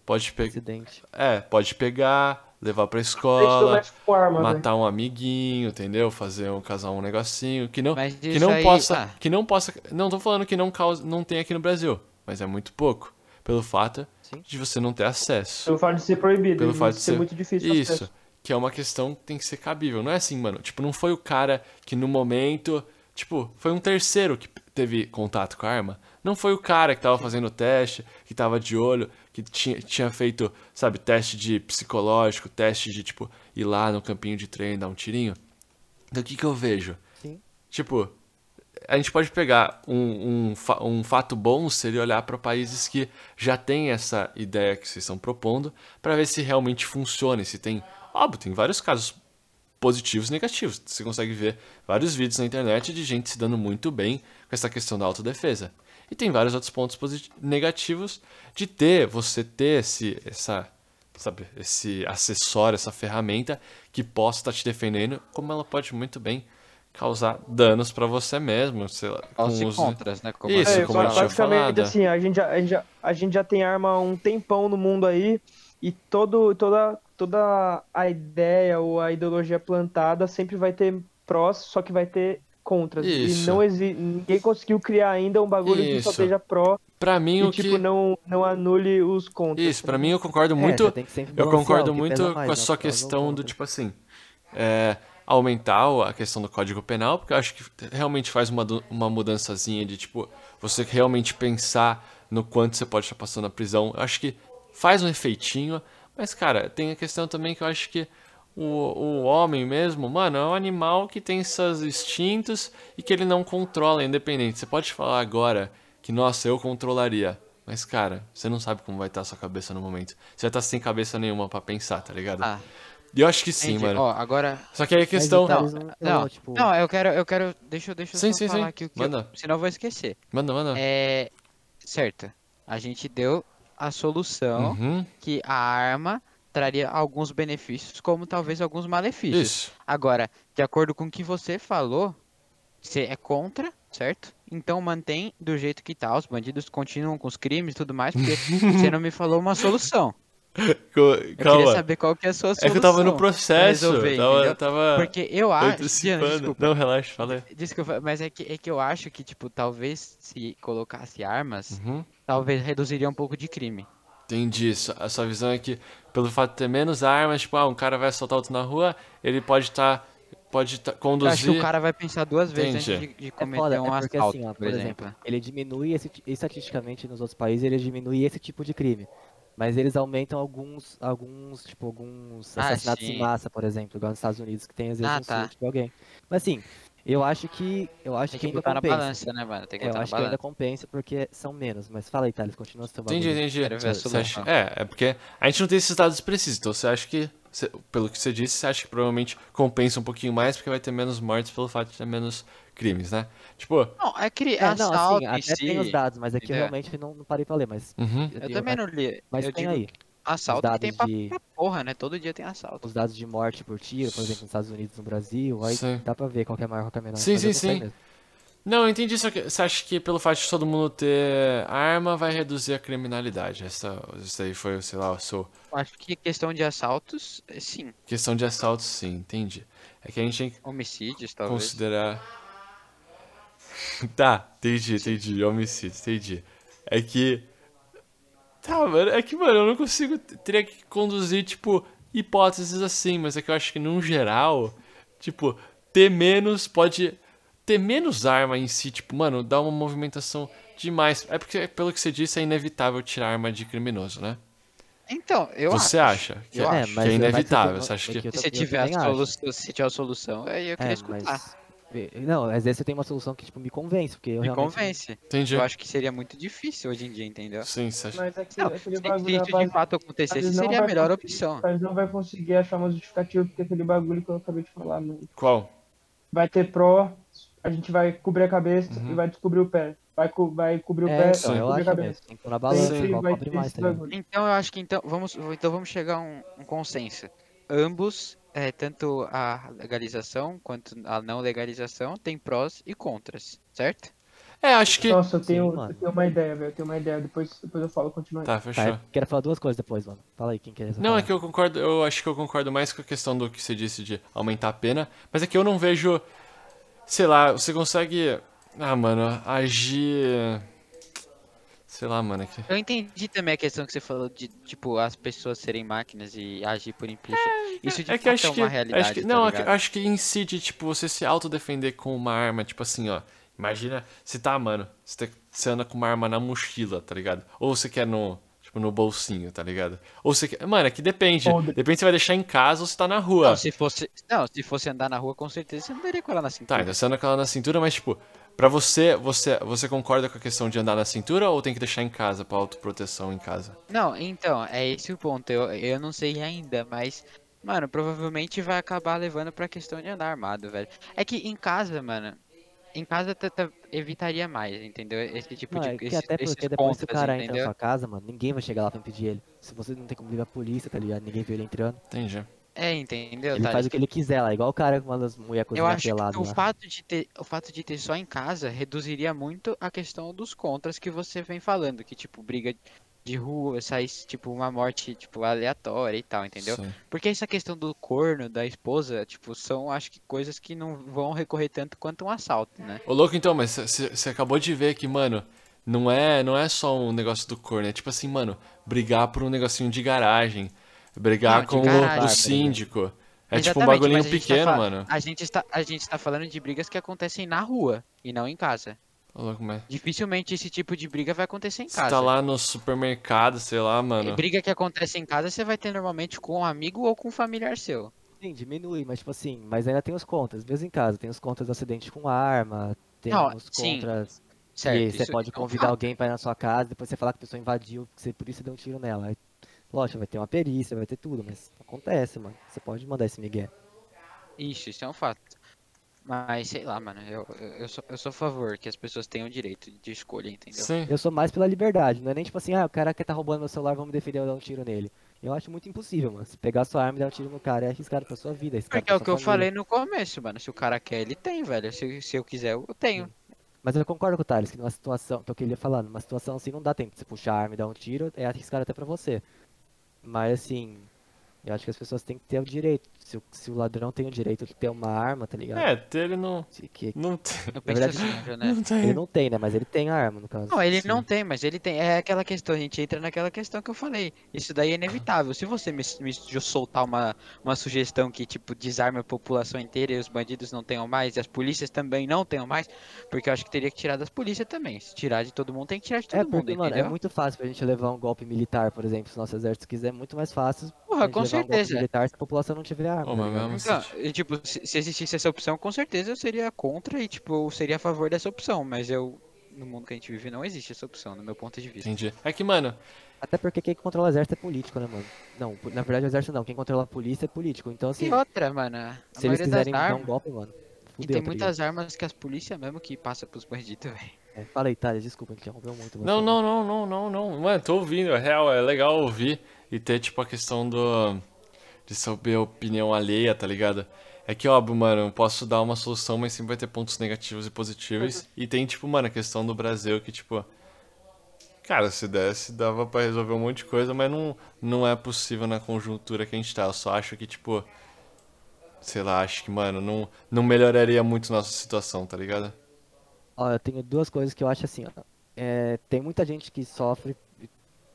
S1: pode pegar
S4: acidente.
S1: é, pode pegar, levar pra
S2: Eles
S1: escola,
S2: mais né? com arma, velho.
S1: matar um amiguinho, entendeu? Fazer um casar um negocinho que não
S3: Mas
S1: que
S3: isso
S1: não
S3: aí-
S1: possa,
S3: ah.
S1: que não possa, não tô falando que não causa, não tem aqui no Brasil, mas é muito pouco, pelo fato
S4: Sim.
S1: de você não ter acesso.
S2: Pelo fato de ser proibido,
S1: Pelo
S2: de
S1: fato de ser
S2: é muito difícil.
S1: Isso,
S2: acesso.
S1: que é uma questão que tem que ser cabível. Não é assim, mano. Tipo, não foi o cara que no momento. Tipo, foi um terceiro que teve contato com a arma. Não foi o cara que tava fazendo o teste, que tava de olho, que tinha, tinha feito, sabe, teste de psicológico, teste de, tipo, ir lá no campinho de treino dar um tirinho. Então o que que eu vejo?
S4: Sim.
S1: Tipo, a gente pode pegar um, um, fa- um fato bom seria olhar para países que já têm essa ideia que vocês estão propondo para ver se realmente funciona. e Se tem, óbvio, tem vários casos positivos e negativos. Você consegue ver vários vídeos na internet de gente se dando muito bem com essa questão da autodefesa. E tem vários outros pontos posit- negativos de ter, você ter esse, essa, sabe, esse acessório, essa ferramenta que possa estar te defendendo, como ela pode muito bem causar danos para você mesmo, sei lá, com
S3: Prós e
S1: os-
S3: contras, né? Como
S1: Isso,
S3: a gente
S2: é,
S1: como eu
S2: ba-
S3: fala.
S1: tinha falado,
S2: basicamente
S1: é.
S2: assim, a gente, já, a, gente já, a gente já tem arma há um tempão no mundo aí e todo, toda, toda a ideia ou a ideologia plantada sempre vai ter prós, só que vai ter contras.
S1: Isso.
S2: E não exi- ninguém conseguiu criar ainda um bagulho que só
S1: Isso.
S2: seja pró
S1: Pra mim
S2: e
S1: o
S2: tipo
S1: que
S2: não, não anule os contras.
S1: Isso, pra
S2: tá
S1: mim eu concordo
S4: É,
S1: muito.
S4: você tem que sempre
S1: Eu
S4: balancear
S1: concordo
S4: o que
S1: muito
S4: pesa mais,
S1: com a
S4: né,
S1: sua
S4: prós ou
S1: questão do
S4: contras.
S1: tipo assim, é, aumentar o- a questão do Código Penal, porque eu acho que realmente faz uma, du- uma mudançazinha de tipo, você realmente pensar no quanto você pode estar passando na prisão. Eu acho que faz um efeitinho, mas cara, tem a questão também que eu acho que o, o homem mesmo, mano, é um animal que tem seus instintos e que ele não controla, independente. Você pode falar agora que, nossa, eu controlaria. Mas, cara, você não sabe como vai estar a sua cabeça no momento. Você vai estar sem cabeça nenhuma pra pensar, tá ligado?
S3: Ah,
S1: E eu acho que sim,
S3: entendi.
S1: mano.
S3: Ó, agora.
S1: Só que aí a
S4: Mas
S1: questão.
S4: então,
S3: Não,
S4: Eles não-
S3: não,
S4: não, tipo-
S3: não, eu quero, eu quero. Deixa, eu- deixa eu
S1: Sim,
S3: só
S1: sim,
S3: falar
S1: sim.
S3: aqui o que.
S1: Manda. Ah.
S3: Eu, senão eu vou esquecer.
S1: né? Manda, manda.
S3: É. Certo. A gente deu a solução
S1: Uhum.
S3: que a arma traria alguns benefícios, como talvez alguns malefícios.
S1: Isso.
S3: Agora, de acordo com o que você falou, você é contra, certo? Então
S1: [laughs]
S3: mantém do jeito que tá. Os bandidos continuam com os crimes e tudo mais, porque você não me falou uma solução.
S1: Co-
S3: Eu queria
S1: Calma.
S3: saber qual que é a sua solução.
S1: É que eu tava no processo.
S3: pra resolver,
S1: tava,
S3: entendeu?
S1: tava
S3: Porque eu acho. Diana,
S1: antecipando.
S3: desculpa.
S1: Não, relaxa, falei.
S3: Desculpa, mas é que, é que eu acho que, tipo, talvez se colocasse armas,
S1: Uhum.
S3: talvez reduziria um pouco de crime.
S1: Entendi. Sua- A sua visão é que, pelo fato de ter menos armas, tipo, ah, um cara vai assaltar outro na rua, ele pode estar. pode tá,
S3: Eu acho que o
S1: conduzir.
S3: cara vai pensar duas vezes
S1: Entendi.
S3: antes de, de
S4: É
S3: cometer
S4: foda,
S3: um
S4: é porque
S3: assalto,
S4: assim, ó,
S3: por exemplo.
S4: ele diminui esse, ti- estatisticamente nos outros países, ele diminui esse tipo de crime. Mas eles aumentam alguns, alguns, tipo, alguns
S3: Ah,
S4: assassinatos
S3: sim.
S4: em massa, por exemplo, igual nos Estados Unidos, que tem às vezes
S3: Ah,
S4: um
S3: tá.
S4: suicídio de alguém. Mas assim, eu acho que. Eu acho
S3: Tem que
S4: que ainda
S3: botar na
S4: compensa.
S3: balança, né, mano? Tem que
S4: É, eu
S3: botar na
S4: acho que ainda
S3: balança.
S4: compensa porque são menos. Mas fala aí, Thales, continua seu bagulho.
S1: Entendi, entendi.
S3: Quero ver a
S1: Você
S3: solução.
S1: acha- é, é porque a gente não tem esses dados precisos, então você acha que. você- pelo que você disse, você acha que provavelmente compensa um pouquinho mais, porque vai ter menos mortes pelo fato de ter menos crimes, né? Tipo.
S3: Não, é que
S4: É, não,
S3: assalto
S4: assim,
S3: em
S4: até tem os
S3: si.
S4: dados, mas aqui eu
S3: entendeu?
S4: realmente não, não parei pra ler, mas.
S1: Uhum.
S3: Eu também não li.
S4: Mas
S3: eu
S4: tem
S3: digo
S4: aí.
S3: assalto que tem
S4: dados
S3: pra,
S4: de-
S3: pra porra, né? Todo dia tem assalto.
S4: os dados de morte por tiro, por exemplo, nos Estados Unidos, no Brasil, aí
S1: Sim.
S4: dá pra ver qual que é maior, qual que é menor.
S1: Sim,
S4: mas eu
S1: sim,
S4: não sei
S1: sim.
S4: mesmo.
S1: Não, eu entendi, só que você acha que pelo fato de todo mundo ter arma vai reduzir a criminalidade. Essa, isso aí foi, sei lá, a sua
S3: Acho que questão de assaltos, eh, sim.
S1: questão de assalto, sim, entendi. É que a gente tem que
S3: Homicídios, talvez.
S1: considerar. [laughs] Tá, entendi, entendi. Homicídio, entendi. É que. Tá, mano, é que, mano, eu não consigo. Teria que conduzir, tipo, hipóteses assim, mas é que eu acho que, num geral, tipo, ter menos pode. Ter menos arma em si, tipo, mano, dá uma movimentação demais. É porque, pelo que você disse, é inevitável tirar arma de criminoso, né?
S3: Então, eu
S1: Você
S3: acho.
S1: acha? Que
S3: Eu
S1: é,
S3: acho.
S4: É,
S1: que
S4: mas
S1: é
S4: eu-
S1: inevitável,
S4: mas
S1: você
S4: eu-
S1: acha
S4: mas
S1: que.
S4: eu-
S3: Se
S4: eu
S3: tiver,
S4: também
S3: a
S4: acho.
S3: solução, se tiver a solução, aí eu queria
S4: É,
S3: escutar.
S4: mas. vê- Não, às vezes eu tenho uma solução que, tipo, me convence, porque eu
S3: Me
S4: realmente.
S3: convence.
S1: Entendi.
S3: Eu acho né? que seria muito difícil hoje em dia, entendeu?
S1: Sim, você acha.
S2: Mas é que
S3: Não,
S2: aquele bagulho
S3: se, se
S2: na
S3: isso de
S2: base-
S3: fato acontecesse,
S2: mas não
S3: seria a
S2: vai
S3: melhor
S2: conseguir.
S3: opção.
S2: Mas não vai conseguir achar uma justificativa porque aquele bagulho que eu acabei de falar, mano.
S1: Qual?
S2: Vai ter pró, a gente vai cobrir a cabeça
S1: Uhum.
S2: e vai descobrir o pé. Vai, co- vai cobrir o
S4: É,
S2: pé,
S4: então,
S2: vai
S4: eu
S2: cobrir a
S4: acho
S2: cabeça.
S4: mesmo. Tem que pôr na balança,
S1: Sempre
S4: igual
S2: vai
S4: cobre
S2: ter
S4: mais,
S2: esse
S4: tá ligado?
S2: bagulho.
S3: Então eu acho que então vamos, então vamos chegar a um, um consenso. Ambos, eh, tanto a legalização quanto a não legalização, tem prós e contras, certo?
S1: É, acho que.
S2: Nossa, eu tenho, um,
S4: Sim, mano.
S2: eu tenho uma ideia, velho. Eu tenho uma ideia. Depois, depois eu falo, continua aí.
S1: Tá, fechou.
S4: Tá, eu quero falar duas coisas depois, mano. Fala aí quem quer
S2: Tá
S1: Não, é que eu concordo, eu acho que eu concordo mais com a questão do que você disse de aumentar a pena, mas é que eu não vejo, sei lá, você consegue, ah, mano, agir, sei lá, mano, é que...
S3: Eu entendi também a questão que você falou de, tipo, as pessoas serem máquinas e agir por implícito. Isso de
S1: é que
S3: fato
S1: acho
S3: é
S1: que,
S3: uma realidade,
S1: acho que
S3: tá
S1: não, é que-
S3: ligado?
S1: acho que incide, tipo, você se autodefender com uma arma, tipo assim, ó, imagina, você tá, mano, você, tá- você anda com uma arma na mochila, tá ligado? Ou você quer no, tipo, no bolsinho, tá ligado? Ou você quer, mano, é que depende,
S2: Ou de-
S1: depende se você vai deixar em casa ou se tá na rua.
S3: Não, se fosse, não, se fosse andar na rua, com certeza você não teria colar na
S1: Tá,
S3: cintura.
S1: então você anda com ela na cintura, mas tipo, pra você, você, você concorda com a questão de andar na cintura ou tem que deixar em casa, pra autoproteção em casa?
S3: Não, então, é esse o ponto. Eu, eu não sei ainda, mas, mano, provavelmente vai acabar levando pra questão de andar armado, velho. É que em casa, mano, em casa tá- tá- evitaria mais, entendeu? Esse tipo
S4: Não,
S3: de.
S4: é que
S3: esse-
S4: até
S3: esses
S4: porque depois se o
S3: contras,
S4: cara entra na
S3: entendeu?
S4: sua casa, mano, ninguém vai chegar lá pra impedir ele. Se você não tem como ligar a polícia, tá ligado? Ninguém vê ele entrando.
S1: Entendi.
S3: É, entendeu,
S4: Ele
S1: tá
S3: Thales?
S4: faz o que ele quiser lá, igual o cara com uma das
S3: Eu
S4: mulheres cozinhando
S3: acho que
S4: pelado
S3: o
S4: lá.
S3: fato, de ter, o fato de ter só em casa reduziria muito a questão dos contras que você vem falando, que tipo, briga de rua, sai tipo uma morte tipo aleatória e tal, entendeu?
S1: Sim.
S3: Porque essa questão do corno, da esposa, tipo, são acho que coisas que não vão recorrer tanto quanto um assalto, né?
S1: Ô louco, então, mas você acabou de ver que, mano, não é, não é só um negócio do corno, é tipo assim, mano, brigar por um negocinho de garagem, brigar
S3: Não, de
S1: com o-
S3: garagem. né?
S1: o síndico. É tipo um
S3: Exatamente,
S1: bagulhinho
S3: mas a gente tá
S1: pequeno,
S3: fa-
S1: mano.
S3: A gente, está, a gente tá falando de brigas que acontecem na rua e não em casa.
S1: Ô louco, mas.
S3: Dificilmente esse tipo de briga vai acontecer em
S1: Você
S3: casa. É,
S1: tá lá no supermercado, sei lá, mano.
S3: Briga que acontece em casa você vai ter normalmente com um amigo ou com um familiar seu.
S4: Sim, diminui, mas tipo assim, mas ainda tem os contras, mesmo em casa, tem os contras do acidente com arma, tem
S3: Não,
S4: os
S3: sim,
S4: contras
S3: Certo.
S4: que você
S3: isso-
S4: pode
S3: isso é um
S4: convidar
S3: fato.
S4: alguém pra ir na sua casa, depois você falar que a pessoa invadiu, que você por isso deu um tiro nela. Aí, lógico, vai ter uma perícia, vai ter tudo, mas acontece, mano. Você pode mandar esse Miguel.
S3: Isso, isso é um fato. Mas sei lá, mano, eu, eu, eu sou, eu sou a favor que as pessoas tenham direito de escolha, entendeu?
S1: Sim.
S4: Eu sou mais pela liberdade, não é nem tipo assim, ah, o cara que tá roubando meu celular, vamos defender eu dar um tiro nele. Eu acho muito impossível, mano. Se pegar sua arma e dar um tiro no cara, é arriscado pra sua vida, arriscado
S3: Porque é o
S4: pra
S3: que eu
S4: sua família.
S3: falei no começo, mano. Se o cara quer, ele tem, velho. Se, se eu quiser, eu tenho.
S4: Mas eu concordo com o Thales, que numa é situação, que eu queria falar, numa situação assim não dá tempo de você puxar a arma e dar um tiro, é arriscado até pra você. Mas assim, eu acho que as pessoas têm que ter o direito. Se, o- se o ladrão tem o direito de ter uma arma, tá ligado?
S1: É, ter ele não.
S4: Se- que-
S1: Não [laughs] tem.
S3: No
S4: É verdade,
S3: pensionato, né?
S1: [laughs] Não tem.
S4: ele não tem, né? Mas ele tem a arma, no caso.
S3: Não, ele não tem, mas ele tem. É aquela questão, a gente entra naquela questão que eu falei. Isso daí é inevitável. Se você me, me jo- soltar uma, uma sugestão que, tipo, desarme a população inteira e os bandidos não tenham mais, e as polícias também não tenham mais, porque eu acho que teria que tirar das polícias também. Se tirar de todo mundo, tem que tirar de todo
S4: É
S3: mundo,
S4: porque, mano, é
S3: entendeu?
S4: muito fácil pra gente levar um golpe militar, por exemplo, se o nosso exército quiser, é muito mais fácil
S3: Porra,
S4: pra
S3: Ah,
S4: gente
S3: com
S4: levar um golpe
S3: certeza.
S4: militar se a população não tiver arma.
S1: Ô,
S4: tá
S1: mas
S4: ligado?
S1: mesmo assim,
S3: Então, e, tipo, se, se existisse essa opção, com certeza eu seria contra e, tipo, eu seria a favor dessa opção, mas eu. No mundo que a gente vive não existe essa opção, no meu ponto de vista.
S1: Entendi. É que, mano,
S4: Até porque quem controla o exército é político, né, mano? Não, po- na verdade o exército não, quem controla a polícia é político. Então, assim,
S3: E outra, mano, a
S4: se
S3: maioria
S4: eles
S3: das
S4: quiserem dar
S3: armas...
S4: um golpe, mano,
S3: E
S4: fudeu,
S3: tem
S4: tá
S3: muitas armas que as polícias mesmo que passa pros bandidos, velho.
S4: ligado? É, fala aí, Thales, desculpa, que interrompeu muito. você. né?
S1: Não, não, não, não, não, não. Mano, tô ouvindo, é real, é legal ouvir e ter, tipo, a questão do. de saber a opinião alheia, tá ligado? É que, óbvio, mano, eu posso dar uma solução, mas sempre vai ter pontos negativos e positivos. E tem, tipo, mano, a questão do Brasil que, tipo. Cara, se desse, dava pra resolver um monte de coisa, mas não, não é possível na conjuntura que a gente tá. Eu só acho que, tipo. Sei lá, acho que, mano, não, não melhoraria muito nossa situação, tá ligado?
S4: Ó, eu tenho duas coisas que eu acho assim, ó. É, tem muita gente que sofre,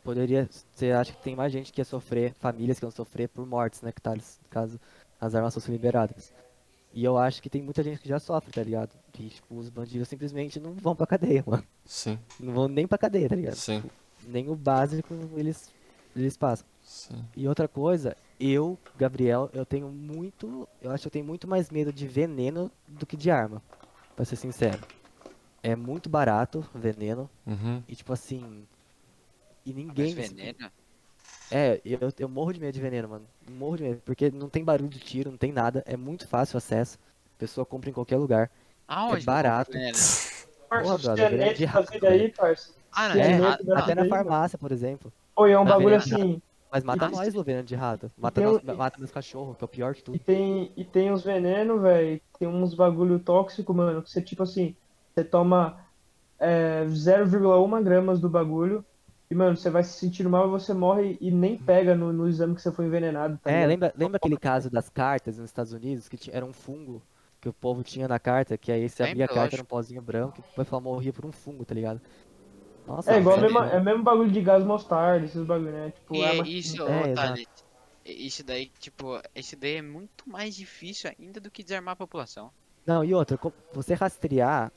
S4: poderia, você acha que tem mais gente que ia sofrer, famílias que iam sofrer por mortes, né, que tá, caso as armas fossem liberadas. E eu acho que tem muita gente que já sofre, tá ligado? Que, tipo, os bandidos simplesmente não vão pra cadeia, [laughs] mano.
S1: Sim,
S4: Não vão nem pra cadeia, tá ligado?
S1: sim,
S4: Nem o básico eles, eles passam.
S1: sim.
S4: E outra coisa, eu, Gabriel, eu tenho muito. Eu acho que eu tenho muito mais medo de veneno do que de arma. Pra ser sincero. É muito barato veneno.
S1: Uhum.
S4: E tipo assim. E
S3: Ah, Mas
S4: ninguém.
S3: veneno.
S4: É, eu, eu morro de medo de veneno, mano. Morro de medo. Porque não tem barulho de tiro, não tem nada. É muito fácil o acesso. A pessoa compra em qualquer lugar.
S3: Aonde?
S4: É barato.
S3: Veneno?
S4: Porra,
S2: Parça, os
S4: brother,
S2: cianetes
S4: de
S2: da
S4: rato,
S2: vida aí, parça.
S3: Ah, não,
S4: É,
S3: é,
S2: Veneno
S3: rato.
S2: da-
S4: até na
S2: aí, mano.
S4: farmácia, por exemplo.
S2: Oi, é um
S4: Tá
S2: bagulho
S4: vendo?
S2: assim.
S4: Mas mata
S2: E-
S4: nós, o veneno de rato. Mata,
S2: tem
S4: nós-
S2: o-
S4: mata meus cachorros, que é o pior de
S2: E
S4: tudo.
S2: tem, e tem uns venenos, velho. Tem uns bagulho tóxico, mano. Que você, tipo assim, você toma é, 0,1 gramas do bagulho. E, mano, você vai se sentindo mal e você morre e nem pega no, no exame que você foi envenenado. Tá
S4: É,
S2: ligado?
S4: lembra, lembra aquele caso das cartas nos Estados Unidos, que ti- era um fungo que o povo tinha na carta, que aí você abria
S3: Lembro,
S4: a carta,
S3: lógico.
S4: era um pozinho branco, e o pessoal morria por um fungo, tá ligado? Nossa,
S2: É igual
S4: velho.
S2: mesmo, é mesmo bagulho de gás mostarda, esses bagulho, né? Tipo,
S3: E
S2: arma-
S3: é isso,
S4: É,
S3: ô,
S4: exato.
S3: Thalys. E- Isso daí, tipo, isso daí é muito mais difícil ainda do que desarmar a população.
S4: Não, e outra, co- você rastrear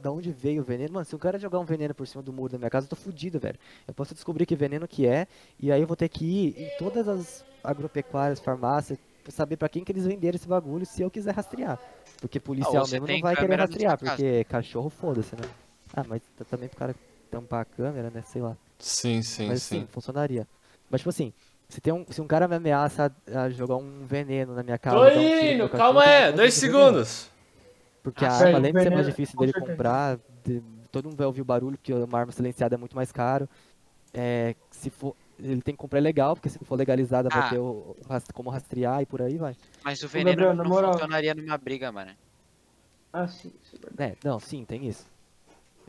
S4: da onde veio o veneno, mano, se um cara jogar um veneno por cima do muro da minha casa, eu tô fudido, velho. Eu posso descobrir que veneno que é, e aí eu vou ter que ir em todas as agropecuárias, farmácias, pra saber pra quem que eles venderam esse bagulho, se eu quiser rastrear. Porque policial
S3: você
S4: mesmo não
S3: tem
S4: vai querer
S3: câmera na sua
S4: rastrear,
S3: casa.
S4: porque cachorro foda-se, né? Ah, mas t- também pro cara tampar a câmera, né, sei lá.
S1: Sim, sim,
S4: Mas
S1: sim.
S4: sim, funcionaria. Mas tipo assim, se, tem um, se um cara me ameaça a, a jogar um veneno na minha casa...
S1: Tô
S4: dar um tiro no
S1: indo,
S4: meu
S1: calma
S4: cachorro,
S1: aí,
S4: eu
S1: dois
S4: vou fazer veneno.
S1: segundos.
S4: Porque
S3: Ah,
S4: a
S2: sim.
S4: arma, além de ser
S2: Veneno,
S4: mais difícil
S2: com
S4: dele
S2: certeza.
S4: comprar, de- todo mundo vai ouvir o barulho, porque uma arma silenciada é muito mais caro. É, se for, ele tem que comprar legal, porque se for legalizada vai
S3: Ah.
S4: ter o, o ras- como rastrear e por aí vai.
S3: Mas o
S2: Gabriel,
S3: veneno
S2: na
S3: não
S2: moral.
S3: funcionaria numa briga, mano.
S2: Ah, sim, isso é verdade.
S4: É, não, sim, tem isso.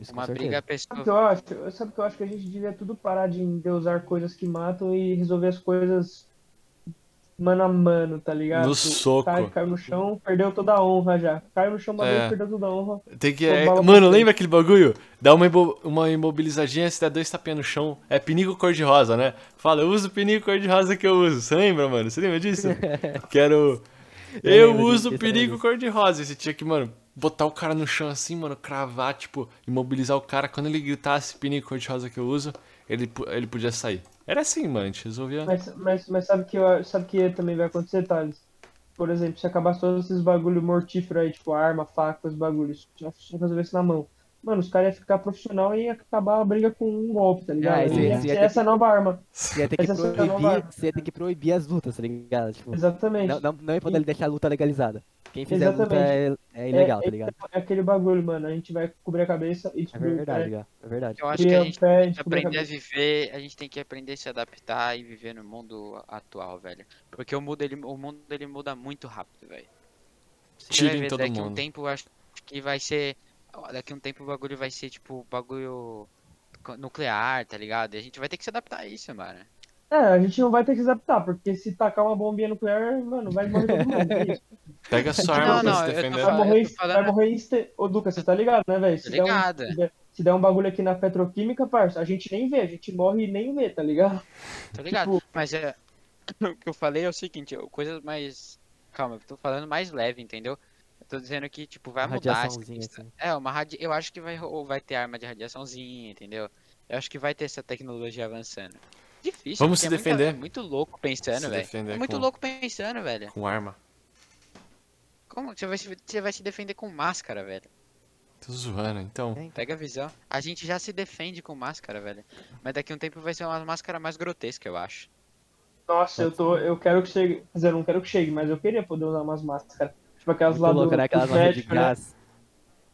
S4: Isso com
S3: Uma
S4: certeza. Então,
S3: briga, a
S2: Sabe o que
S3: pessoa.
S2: eu acho? Sabe o que eu acho que a gente devia tudo parar de endeusar coisas que matam e resolver as coisas mano a mano, tá ligado?
S1: No soco.
S2: Cai, cai no chão, perdeu toda a honra já. Cai no chão, uma
S1: É.
S2: vez, perdeu toda a honra.
S1: Tem que.
S2: Pô,
S1: é-
S2: bala
S1: mano,
S2: pra
S1: lembra aquele bagulho? Dá uma, imbo- uma imobilizadinha, se dá dois tapinhas no chão. É pinico cor-de-rosa, né? Fala, eu uso o pinico cor-de-rosa que eu uso. Você lembra, mano? Você lembra disso? Quero.
S4: Eu
S1: Eu
S4: lembro
S1: uso o
S4: disso, eu lembro
S1: perigo
S4: disso.
S1: cor-de-rosa. E Você tinha que, mano, botar o cara no chão assim, mano, cravar, tipo, imobilizar o cara. Quando ele gritasse pinico cor-de-rosa que eu uso, ele, pu- ele podia sair. Era assim, mano, a gente resolvia.
S2: Mas, mas, mas sabe que eu, sabe que também vai acontecer, Thales? Por exemplo, se acabasse todos esses bagulho mortífero aí, tipo arma, faca, os bagulhos, se se resolvesse na mão. Mano, os caras iam ficar profissional e ia acabar a briga com um golpe, tá ligado?
S4: Ah, isso
S2: E
S4: ia-
S2: ia
S4: isso
S2: ser
S4: ia ter
S2: essa nova arma.
S1: [laughs]
S4: Você ia ter que
S2: Mas essa não
S4: proibir,
S2: vai.
S4: você ia ter que proibir as lutas, tá ligado? Tipo,
S2: Exatamente.
S4: não, não, não ia poder deixar a luta legalizada. Quem fizer a luta é,
S2: Exatamente.
S4: é ilegal,
S2: É-
S4: tá ligado?
S2: É aquele bagulho, mano. A gente vai cobrir a cabeça e tipo,
S4: É
S2: descobrir o
S4: verdade,
S2: pé,
S4: cara. É verdade.
S3: Eu acho que a gente
S2: pé,
S1: É
S3: tem que
S2: descobrir a
S3: aprender a
S2: cabeça.
S3: viver, a gente tem que aprender a se adaptar e viver no mundo atual, velho. Porque o mundo, ele, o mundo ele muda muito rápido, velho. Você
S1: Tira
S3: vai
S1: em
S3: ver,
S1: todo
S3: daqui a um
S1: mundo.
S3: tempo, eu acho que vai ser. Daqui a um tempo o bagulho vai ser tipo bagulho co- nuclear, tá ligado? E a gente vai ter que se adaptar a isso, mano.
S2: É, a gente não vai ter que se adaptar, porque se tacar uma bombinha nuclear, mano, vai morrer todo mundo. é isso.
S1: Pega sua arma
S3: Não,
S1: pra
S3: não,
S1: se
S3: [laughs] eu tô
S1: defender.
S2: Vai
S3: falando-
S2: morrer,
S3: tô falando-
S2: vai morrer insta... Ô, Duca, você tá ligado, né, velho?
S1: Então,
S2: Se, der um-
S3: Ligado.
S2: se der- se der um bagulho aqui na petroquímica, parça, a gente nem vê, a gente morre e nem vê, tá ligado?
S3: Tô ligado.
S1: tipo
S3: Mas é, [coughs] o que eu falei é o seguinte, eu- coisas mais. Calma, eu tô falando mais leve, entendeu? Eu tô dizendo que, tipo, vai
S4: Uma
S3: mudar essa
S4: radiaçãozinha,
S3: questão.
S4: assim.
S3: É, uma radi... Eu acho que vai, ou vai ter arma de radiaçãozinha, entendeu? Eu acho que vai ter essa tecnologia avançando. Difícil,
S1: Vamos
S3: porque
S1: se
S3: é muita-
S1: defender.
S3: é muito louco
S1: Se
S3: pensando, velho.
S1: defender
S3: É muito
S1: com-
S3: louco pensando, velho.
S1: Com arma.
S3: Como que você vai, se... você vai se defender com máscara, velho?
S1: Tô zoando, então.
S3: Pega a visão. A gente já se defende com máscara, velho. Mas daqui a um tempo vai ser uma máscara mais grotesca, eu acho.
S2: Nossa, eu tô. Eu quero que chegue. Quer dizer, eu não quero que chegue, mas eu queria poder usar umas máscaras. Tipo aquelas
S4: Muito
S2: lá do.
S4: louco, né? Aquelas
S2: do
S4: lojas de
S2: médico, né?
S4: gás.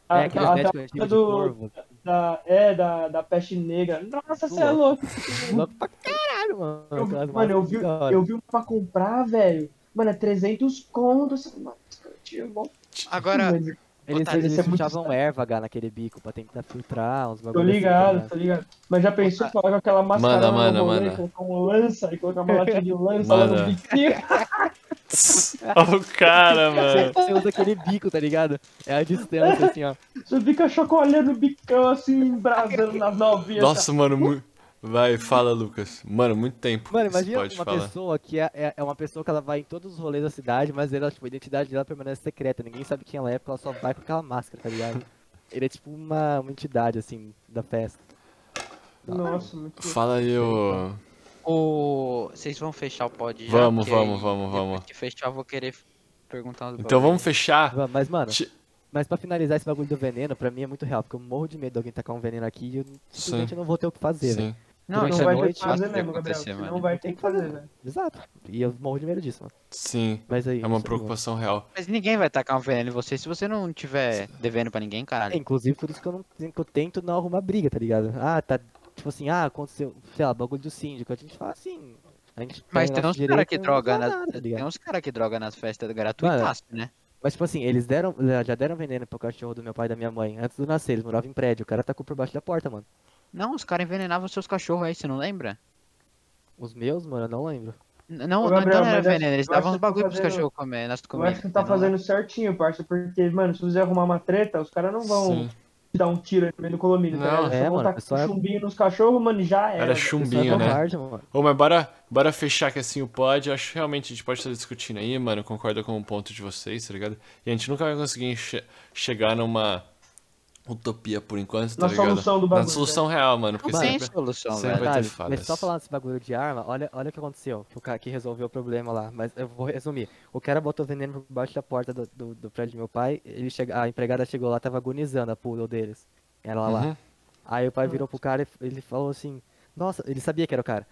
S2: A-
S4: é, aqueles
S2: a-
S4: médicos
S2: da-
S4: antigos de
S2: do-
S4: corvo.
S2: da, é, da, da peste negra. Nossa, você é louco.
S4: Louco tá pra caralho, mano.
S2: Eu-
S4: Aquelas
S2: mano, eu
S4: máscaras
S2: vi,
S4: da hora.
S2: eu vi uma pra comprar, velho. Mano, é 300 contos. Essa máscara, é tio, bom.
S3: Agora,
S2: Mano,
S4: Eles,
S3: Otário,
S4: eles
S2: isso é muito
S4: puxavam erva H naquele bico pra tentar filtrar uns
S2: Tô
S4: bagulho. assim,
S2: ligado,
S4: tá
S2: tô ligado. Mas já
S4: Ah.
S2: pensou em falar com aquela máscara
S1: Mano,
S2: no
S1: mano,
S2: rolê,
S1: mano.
S2: colocar uma lança e colocar uma latinha de lança lá no
S1: Mano.
S2: biquinho?
S1: É. Olha o [laughs] cara, mano.
S4: ligado? Você [laughs] usa aquele bico, tá ligado? É a distância, assim, ó.
S2: Você fica chacoalhando o bicão assim, embrasando nas novinhas.
S1: Nossa, mano. mu- Vai, fala, Lucas. Mano, muito tempo.
S4: Mano,
S1: que se
S4: imagina
S1: pode
S4: uma
S1: falar.
S4: pessoa que é, é- é uma pessoa que ela vai em todos os rolês da cidade, mas ela, tipo, a identidade dela permanece secreta. Ninguém sabe quem ela é, porque ela só vai com aquela máscara, tá ligado? Ele é tipo uma, uma entidade, assim, da festa.
S2: Nossa, muito
S1: Fala aí, ô.
S3: O... Vocês vão fechar o pod já?
S1: Vamos,
S3: Porque
S1: vamos,
S3: aí,
S1: vamos,
S3: depois
S1: vamos.
S3: que fechar, eu vou querer perguntar uns
S1: Então
S3: bagulho.
S1: vamos fechar.
S4: Va- Mas, mano,
S1: Ti-
S4: mas pra finalizar esse bagulho do veneno, pra mim é muito real, porque eu morro de medo de alguém tacar um veneno aqui e eu simplesmente
S1: Sim.
S4: não vou ter o que fazer, velho.
S1: Sim. né?
S3: Não,
S4: Durante
S3: isso é
S4: a
S2: vai ter
S3: muito
S2: que fazer
S3: fácil de
S2: mesmo, Gabriel.
S3: acontecer,
S2: Você
S3: mano.
S2: não vai ter que fazer, né? velho.
S4: Exato. E eu morro de medo disso, mano.
S1: Sim.
S4: Mas aí.
S1: É uma
S4: isso bom.
S1: preocupação real.
S3: Mas ninguém vai tacar um veneno em você se você não tiver devendo pra ninguém,
S4: É,
S3: caralho.
S4: inclusive, por isso que eu, não, que eu tento não arrumar briga, tá ligado? Ah, tá. Tipo assim, ah, aconteceu, sei lá, bagulho do síndico. A gente fala assim. A gente tá
S3: Mas
S4: no
S3: tem
S4: nosso
S3: uns
S4: direito,
S3: caras que
S4: não fala
S3: drogam
S4: nada, tá
S3: nas...
S4: ligado?
S3: Tem uns cara que droga nas festas gratuitas, né?
S4: Mas, tipo assim, eles deram, já deram veneno pro cachorro do meu pai e da minha mãe. Antes do nascer, eles moravam em prédio. O cara tacou por baixo da porta, mano.
S3: Não, os caras envenenavam seus cachorros aí, você não lembra?
S4: Os meus, mano, eu não lembro.
S3: N- Não,
S2: Ô,
S3: não, então
S2: Gabriel,
S3: não era
S2: mas eu acho-
S3: veneno, eles
S2: eu acho
S3: davam
S2: que
S3: uns
S2: tá
S3: bagulho pros
S2: fazendo-
S3: cachorros comer, nas
S2: Eu
S3: comidas.
S2: acho que tá
S3: não é?
S2: fazendo certinho, parça, porque, mano, se você arrumar uma treta, os caras não vão
S1: Sim.
S2: te dar um tiro aí no meio do condomínio,
S1: Não.
S2: tá ligado? Eles
S4: É,
S2: só vão
S4: mano,
S2: tacar
S4: pessoal é-
S2: chumbinho nos cachorros, mano, e já era.
S1: Era
S4: Isso é
S1: chumbinho, né?
S4: covarde, mano.
S1: Ô, mas bora, bora fechar que assim o pod. Eu acho que realmente a gente pode estar discutindo aí, mano. Concorda com o ponto de vocês, tá ligado? E a gente nunca vai conseguir enche- chegar numa utopia por enquanto, tá
S2: Na
S1: ligado?
S2: solução do
S1: Na
S2: bagulho, né?
S1: solução real, mano. Porque
S3: Não tem
S1: sempre.
S3: solução,
S1: sempre
S3: velho.
S1: vai ter
S4: Caralho,
S1: falhas.
S4: mas só falando desse bagulho de arma, olha, olha o que aconteceu. que O cara que resolveu o problema lá, mas eu vou resumir. O cara botou veneno por baixo da porta do, do, do prédio do meu pai, ele chega, a empregada chegou lá, tava agonizando a poodle deles. Ela lá.
S1: Uhum.
S4: Aí o pai virou pro cara e f- ele falou assim, nossa, ele sabia que era o cara.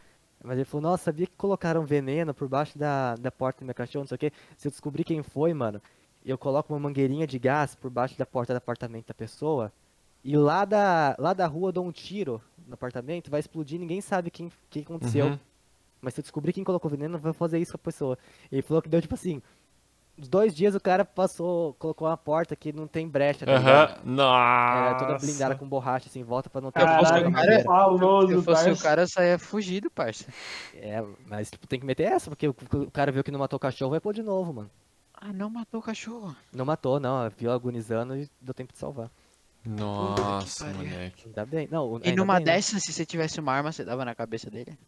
S4: Mas ele falou, nossa, sabia que colocaram veneno por baixo da, da porta do meu cachorro, não sei o quê. Se eu descobrir quem foi, mano, eu coloco uma mangueirinha de gás por baixo da porta do apartamento da pessoa. E lá da, lá da rua eu dou um tiro no apartamento, vai explodir, ninguém sabe quem, quem aconteceu.
S1: Uhum.
S4: Mas se eu descobrir quem colocou veneno, eu vou fazer isso com a pessoa. Ele falou que deu tipo assim. Uns dois dias o cara passou, colocou uma porta que não tem brecha, tá ligado?
S1: Aham. Nossa.
S4: Era toda blindada com borracha, assim, em volta pra não ter
S3: Eu fosse o
S4: problema
S2: Caralho,
S4: na
S3: cara-
S2: que
S4: madeira.
S3: Se
S2: faloso,
S3: eu fosse o
S2: parça.
S3: cara, eu saia fugido, parça.
S4: É, mas tipo, tem que meter essa, porque o, o cara viu que não matou o cachorro, vai pôr de novo, mano.
S3: Ah, não matou o cachorro.
S4: Não matou, não, viu agonizando e deu tempo de salvar.
S1: Nossa,
S3: Puta que pariu.
S1: moleque.
S4: Ainda bem, não.
S3: E
S4: ainda
S3: numa
S4: bem, né?
S3: dessas, se você tivesse uma arma, você dava na cabeça dele?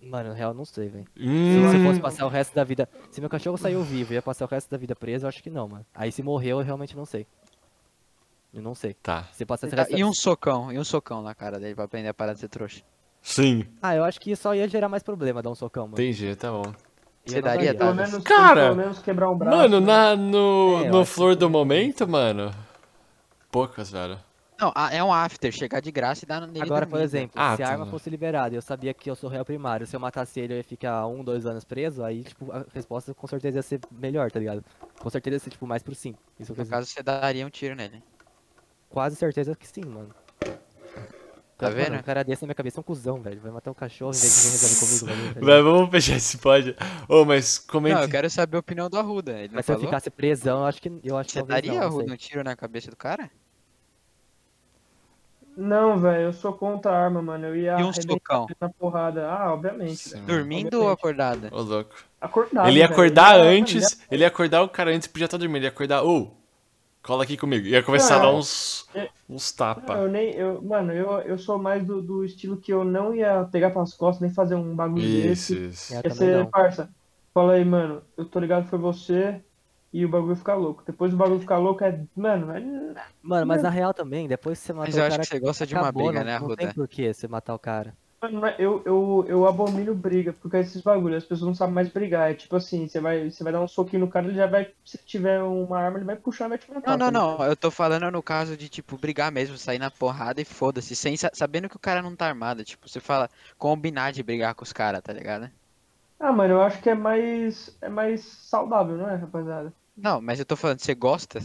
S4: Mano, na real, não sei, velho. Se
S1: Hum,
S4: você fosse passar o resto da vida. Se meu cachorro saiu vivo e ia passar o resto da vida preso, eu acho que não, mano. Aí se morreu, eu realmente não sei. Eu não sei.
S1: Tá.
S4: Se passasse o
S3: Ah,
S4: resto da
S3: E um socão, e um socão na cara dele pra aprender a parar de ser trouxa.
S1: Sim.
S4: Ah, eu acho que só ia gerar mais problema dar um socão, mano.
S1: Entendi, tá bom.
S4: E eu
S3: Você
S4: não
S3: daria,
S2: Pelo
S3: Thales?
S2: menos,
S1: Cara,
S2: pelo menos quebrar um braço.
S1: Mano, na, no,
S4: É, eu
S1: no
S4: acho
S1: flor do momento, mano. Poucas, velho.
S3: Não, ah, é um after, chegar de graça e dar nele dormir.
S4: Agora,
S3: né?
S4: por exemplo,
S1: Ah,
S4: se
S1: tá.
S4: a arma fosse liberada e eu sabia que eu sou réu primário, se eu matasse ele eu ia ficar um, dois anos preso, aí, tipo, a resposta com certeza ia ser melhor, tá ligado? Com certeza ia ser, tipo, mais pro sim. Isso que eu
S3: No
S4: tenho
S3: caso, você daria um tiro nele.
S4: quase certeza que sim, mano. Cara, mano,
S3: Tá vendo?
S4: um cara desse na minha cabeça é um cuzão, velho. Vai matar um cachorro em vez de vir resolver comigo,
S1: [laughs]
S4: velho. tá ligado?
S1: Vai, vamos fechar esse pod. Ô, mas
S3: Não,
S1: comenta.
S3: eu quero saber a opinião do Arruda. Ele não
S4: Mas se eu
S3: falou?
S4: ficasse presão, eu acho que eu acho que
S3: Você um
S4: talvez
S3: daria,
S4: não, não sei.
S3: Arruda, um tiro na cabeça do cara?
S2: Não, velho, eu sou contra a arma, mano. Eu ia
S3: E um
S2: arrebentar
S3: socão.
S2: ele na porrada. Ah, obviamente.
S1: Sim,
S2: velho.
S1: mano.
S3: Dormindo ou
S2: Obviamente.
S3: acordada?
S1: Ô, louco.
S2: Acordado,
S1: ele ia
S2: velho.
S1: acordar
S2: Ah,
S1: antes, ele ia acordar o cara antes, podia estar dormindo, ele ia acordar, ô, cola aqui comigo. Ia começar a
S2: Não.
S1: dar uns,
S2: É.
S1: uns
S2: Não, eu
S1: tapas.
S2: nem, eu, mano, eu, eu sou mais do, do estilo que eu não ia pegar pelas costas nem fazer um bagulho
S1: Isso,
S2: desse.
S1: isso.
S4: É. Eu
S2: Ia
S4: também
S2: ser,
S4: não.
S2: parça, fala aí, mano, eu tô ligado que foi você e o bagulho fica louco. Depois o bagulho ficar louco é, mano, é-
S4: Mano, mas na real também, depois que você matou
S3: Mas
S4: o
S3: eu
S4: cara.
S3: acho que você gosta de uma
S4: acabou,
S3: briga,
S4: não,
S3: né,
S4: Não tem
S3: Ruda?
S4: porquê você matar o cara.
S2: mano, mas eu, eu, eu abomino briga por causa desses bagulhos. As pessoas não sabem mais brigar. É tipo assim, você vai, você vai dar um soquinho no cara, ele já vai, se tiver uma arma, ele vai puxar e vai te matar.
S3: Não, não,
S2: tá
S3: não. Eu tô falando no caso de, tipo, brigar mesmo, sair na porrada e foda-se, sem sa- sabendo que o cara não tá armado. Tipo, você fala combinar de brigar com os caras, tá ligado?
S2: Ah, mano, eu acho que é mais, é mais saudável, não é, rapaziada?
S3: Não, mas eu tô falando, você gosta?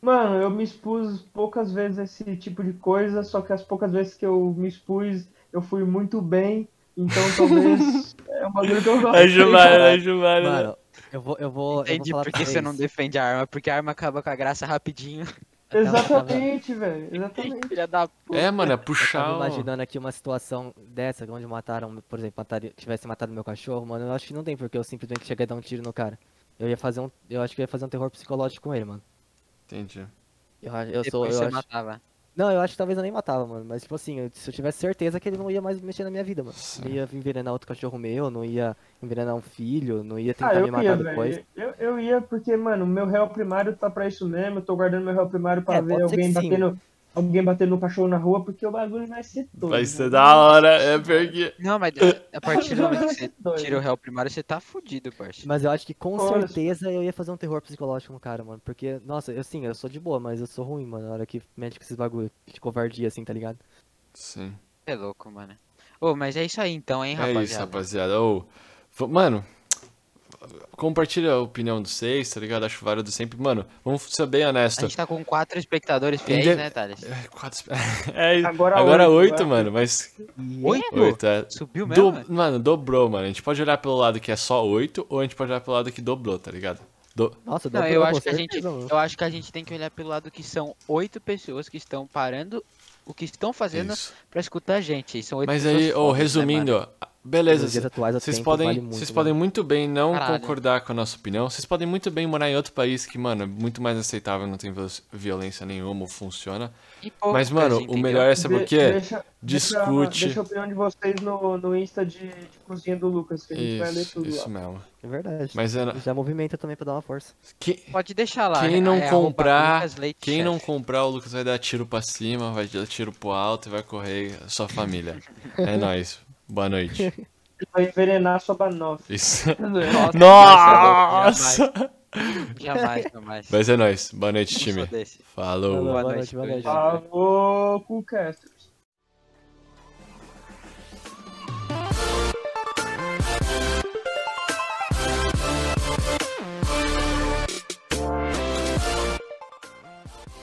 S2: Mano, eu me expus poucas vezes a esse tipo de coisa, só que as poucas vezes que eu me expus, eu fui muito bem,
S4: [laughs]
S2: então talvez é um bagulho que eu gosto.
S1: É Gilmar, é
S4: caralho.
S1: Gilmar. né?
S4: Mano, eu vou. Eu vou, eu vou
S3: Entendi
S4: falar
S3: por
S4: pra
S3: que você não
S4: vocês.
S3: defende a arma, porque a arma acaba com a graça rapidinho.
S2: Exatamente, velho, exatamente.
S3: [laughs] Filha da puta.
S1: É, mano, é
S4: Eu tava
S1: puxar. o-
S4: imaginando aqui uma situação dessa, onde mataram, por exemplo, mataram, tivesse matado meu cachorro, mano, eu acho que não tem porque eu simplesmente cheguei a dar um tiro no cara. Eu ia fazer um, eu acho que eu ia fazer um terror psicológico com ele, mano.
S1: Entendi.
S4: Eu, a- eu sou,
S3: Depois
S4: eu
S3: você
S4: acho-
S3: matava.
S4: Não, eu acho que talvez eu nem matava, mano, mas tipo assim, eu- se eu tivesse certeza que ele não ia mais mexer na minha vida, mano. Não
S1: Sim.
S4: ia envenenar outro cachorro meu, não ia envenenar um filho, não ia
S2: Ah,
S4: tentar me
S2: eu ia,
S4: matar depois.
S2: velho. Eu, eu ia porque, mano, meu réu primário tá pra isso mesmo, eu tô guardando meu réu primário pra
S4: É,
S2: ver
S4: pode ser que
S2: alguém
S4: sim.
S2: batendo, alguém batendo no cachorro na rua, porque o bagulho vai ser doido.
S1: Vai ser
S3: né?
S2: velho.
S1: da hora, é porque.
S3: Não, mas a partir [laughs] do momento que você
S2: Doido.
S3: tira o réu primário, você tá fudido, parceiro.
S4: Mas eu acho que com
S2: Olha,
S4: certeza eu ia fazer um terror psicológico no cara, mano. Porque, nossa, eu sim, eu sou de boa, mas eu sou ruim, mano. Na hora que mexe com esses bagulho de covardia, assim, tá ligado?
S1: Sim.
S3: É louco, mano. Ô, mas é isso aí então, hein,
S1: É isso,
S3: rapaziada.
S1: rapaziada. Ô, v- mano, compartilha a opinião de vocês, tá ligado? Acho válido sempre. Mano, vamos ser bem
S3: A
S1: honesto.
S3: gente tá com quatro espectadores fiéis,
S1: Inde-
S3: né, Thales?
S1: É, quatro... [laughs] é,
S2: Agora
S1: agora
S2: oito,
S1: oito,
S2: vai.
S1: mano, mas.
S4: E
S3: Oi?
S1: Oito, é.
S3: né? Subiu
S1: Do-
S3: mesmo? né?
S1: Mano, dobrou, mano. A gente pode olhar pelo lado que é só oito, ou a gente pode olhar pelo lado que dobrou, tá ligado? Do...
S4: Nossa, deu
S3: Não,
S4: pra
S3: eu
S4: com
S3: acho que a gente,
S4: certeza, mano.
S3: eu acho que a gente tem que olhar pelo lado que são oito pessoas que estão parando o que estão fazendo
S1: Isso.
S3: pra escutar a gente. E São oito
S1: Mas
S3: pessoas
S1: aí, ô,
S3: fodas, né,
S1: resumindo,
S3: mano?
S1: ó, beleza.
S4: Nos dias
S1: cê-
S4: atuais, o
S1: Vocês
S4: tempo
S1: podem,
S4: vale muito,
S1: vocês
S4: né?
S1: podem muito bem não
S3: Caralho.
S1: concordar com a nossa opinião. Vocês podem muito bem morar em outro país que, mano, é muito mais aceitável, não tem viol- violência nenhuma, funciona.
S3: E poucas,
S1: Mas, mano, o
S3: entendeu?
S1: melhor é saber
S2: De-
S1: o quê?
S2: deixa-
S1: Discute.
S2: Deixa, deixa a opinião de vocês no, no Insta de, de cozinha do Lucas, que a gente vai ler
S1: Isso,
S2: tudo
S1: isso
S2: lá.
S1: mesmo.
S4: É verdade.
S1: Mas é,
S4: Já movimenta também pra dar uma força.
S1: que-
S3: Pode deixar lá.
S1: Quem não
S3: é arroba
S1: comprar-
S3: Lucas Leite
S1: quem
S3: Chef. [laughs]
S1: não comprar, o Lucas vai dar tiro pra cima, vai dar tiro pro alto e vai correr a sua família.
S3: [laughs]
S1: É nóis. Boa noite.
S2: Vai envenenar a sua banofa.
S1: Isso. [laughs]
S3: Nossa! é
S1: Nossa!
S3: Jamais, jamais. jamais.
S1: Mas é nóis. Boa noite,
S3: Não
S1: time.
S3: sou desse.
S1: Falou.
S4: Boa
S3: Boa
S4: noite, boa
S3: noite.
S4: noite.
S2: Falou, Coolcasters.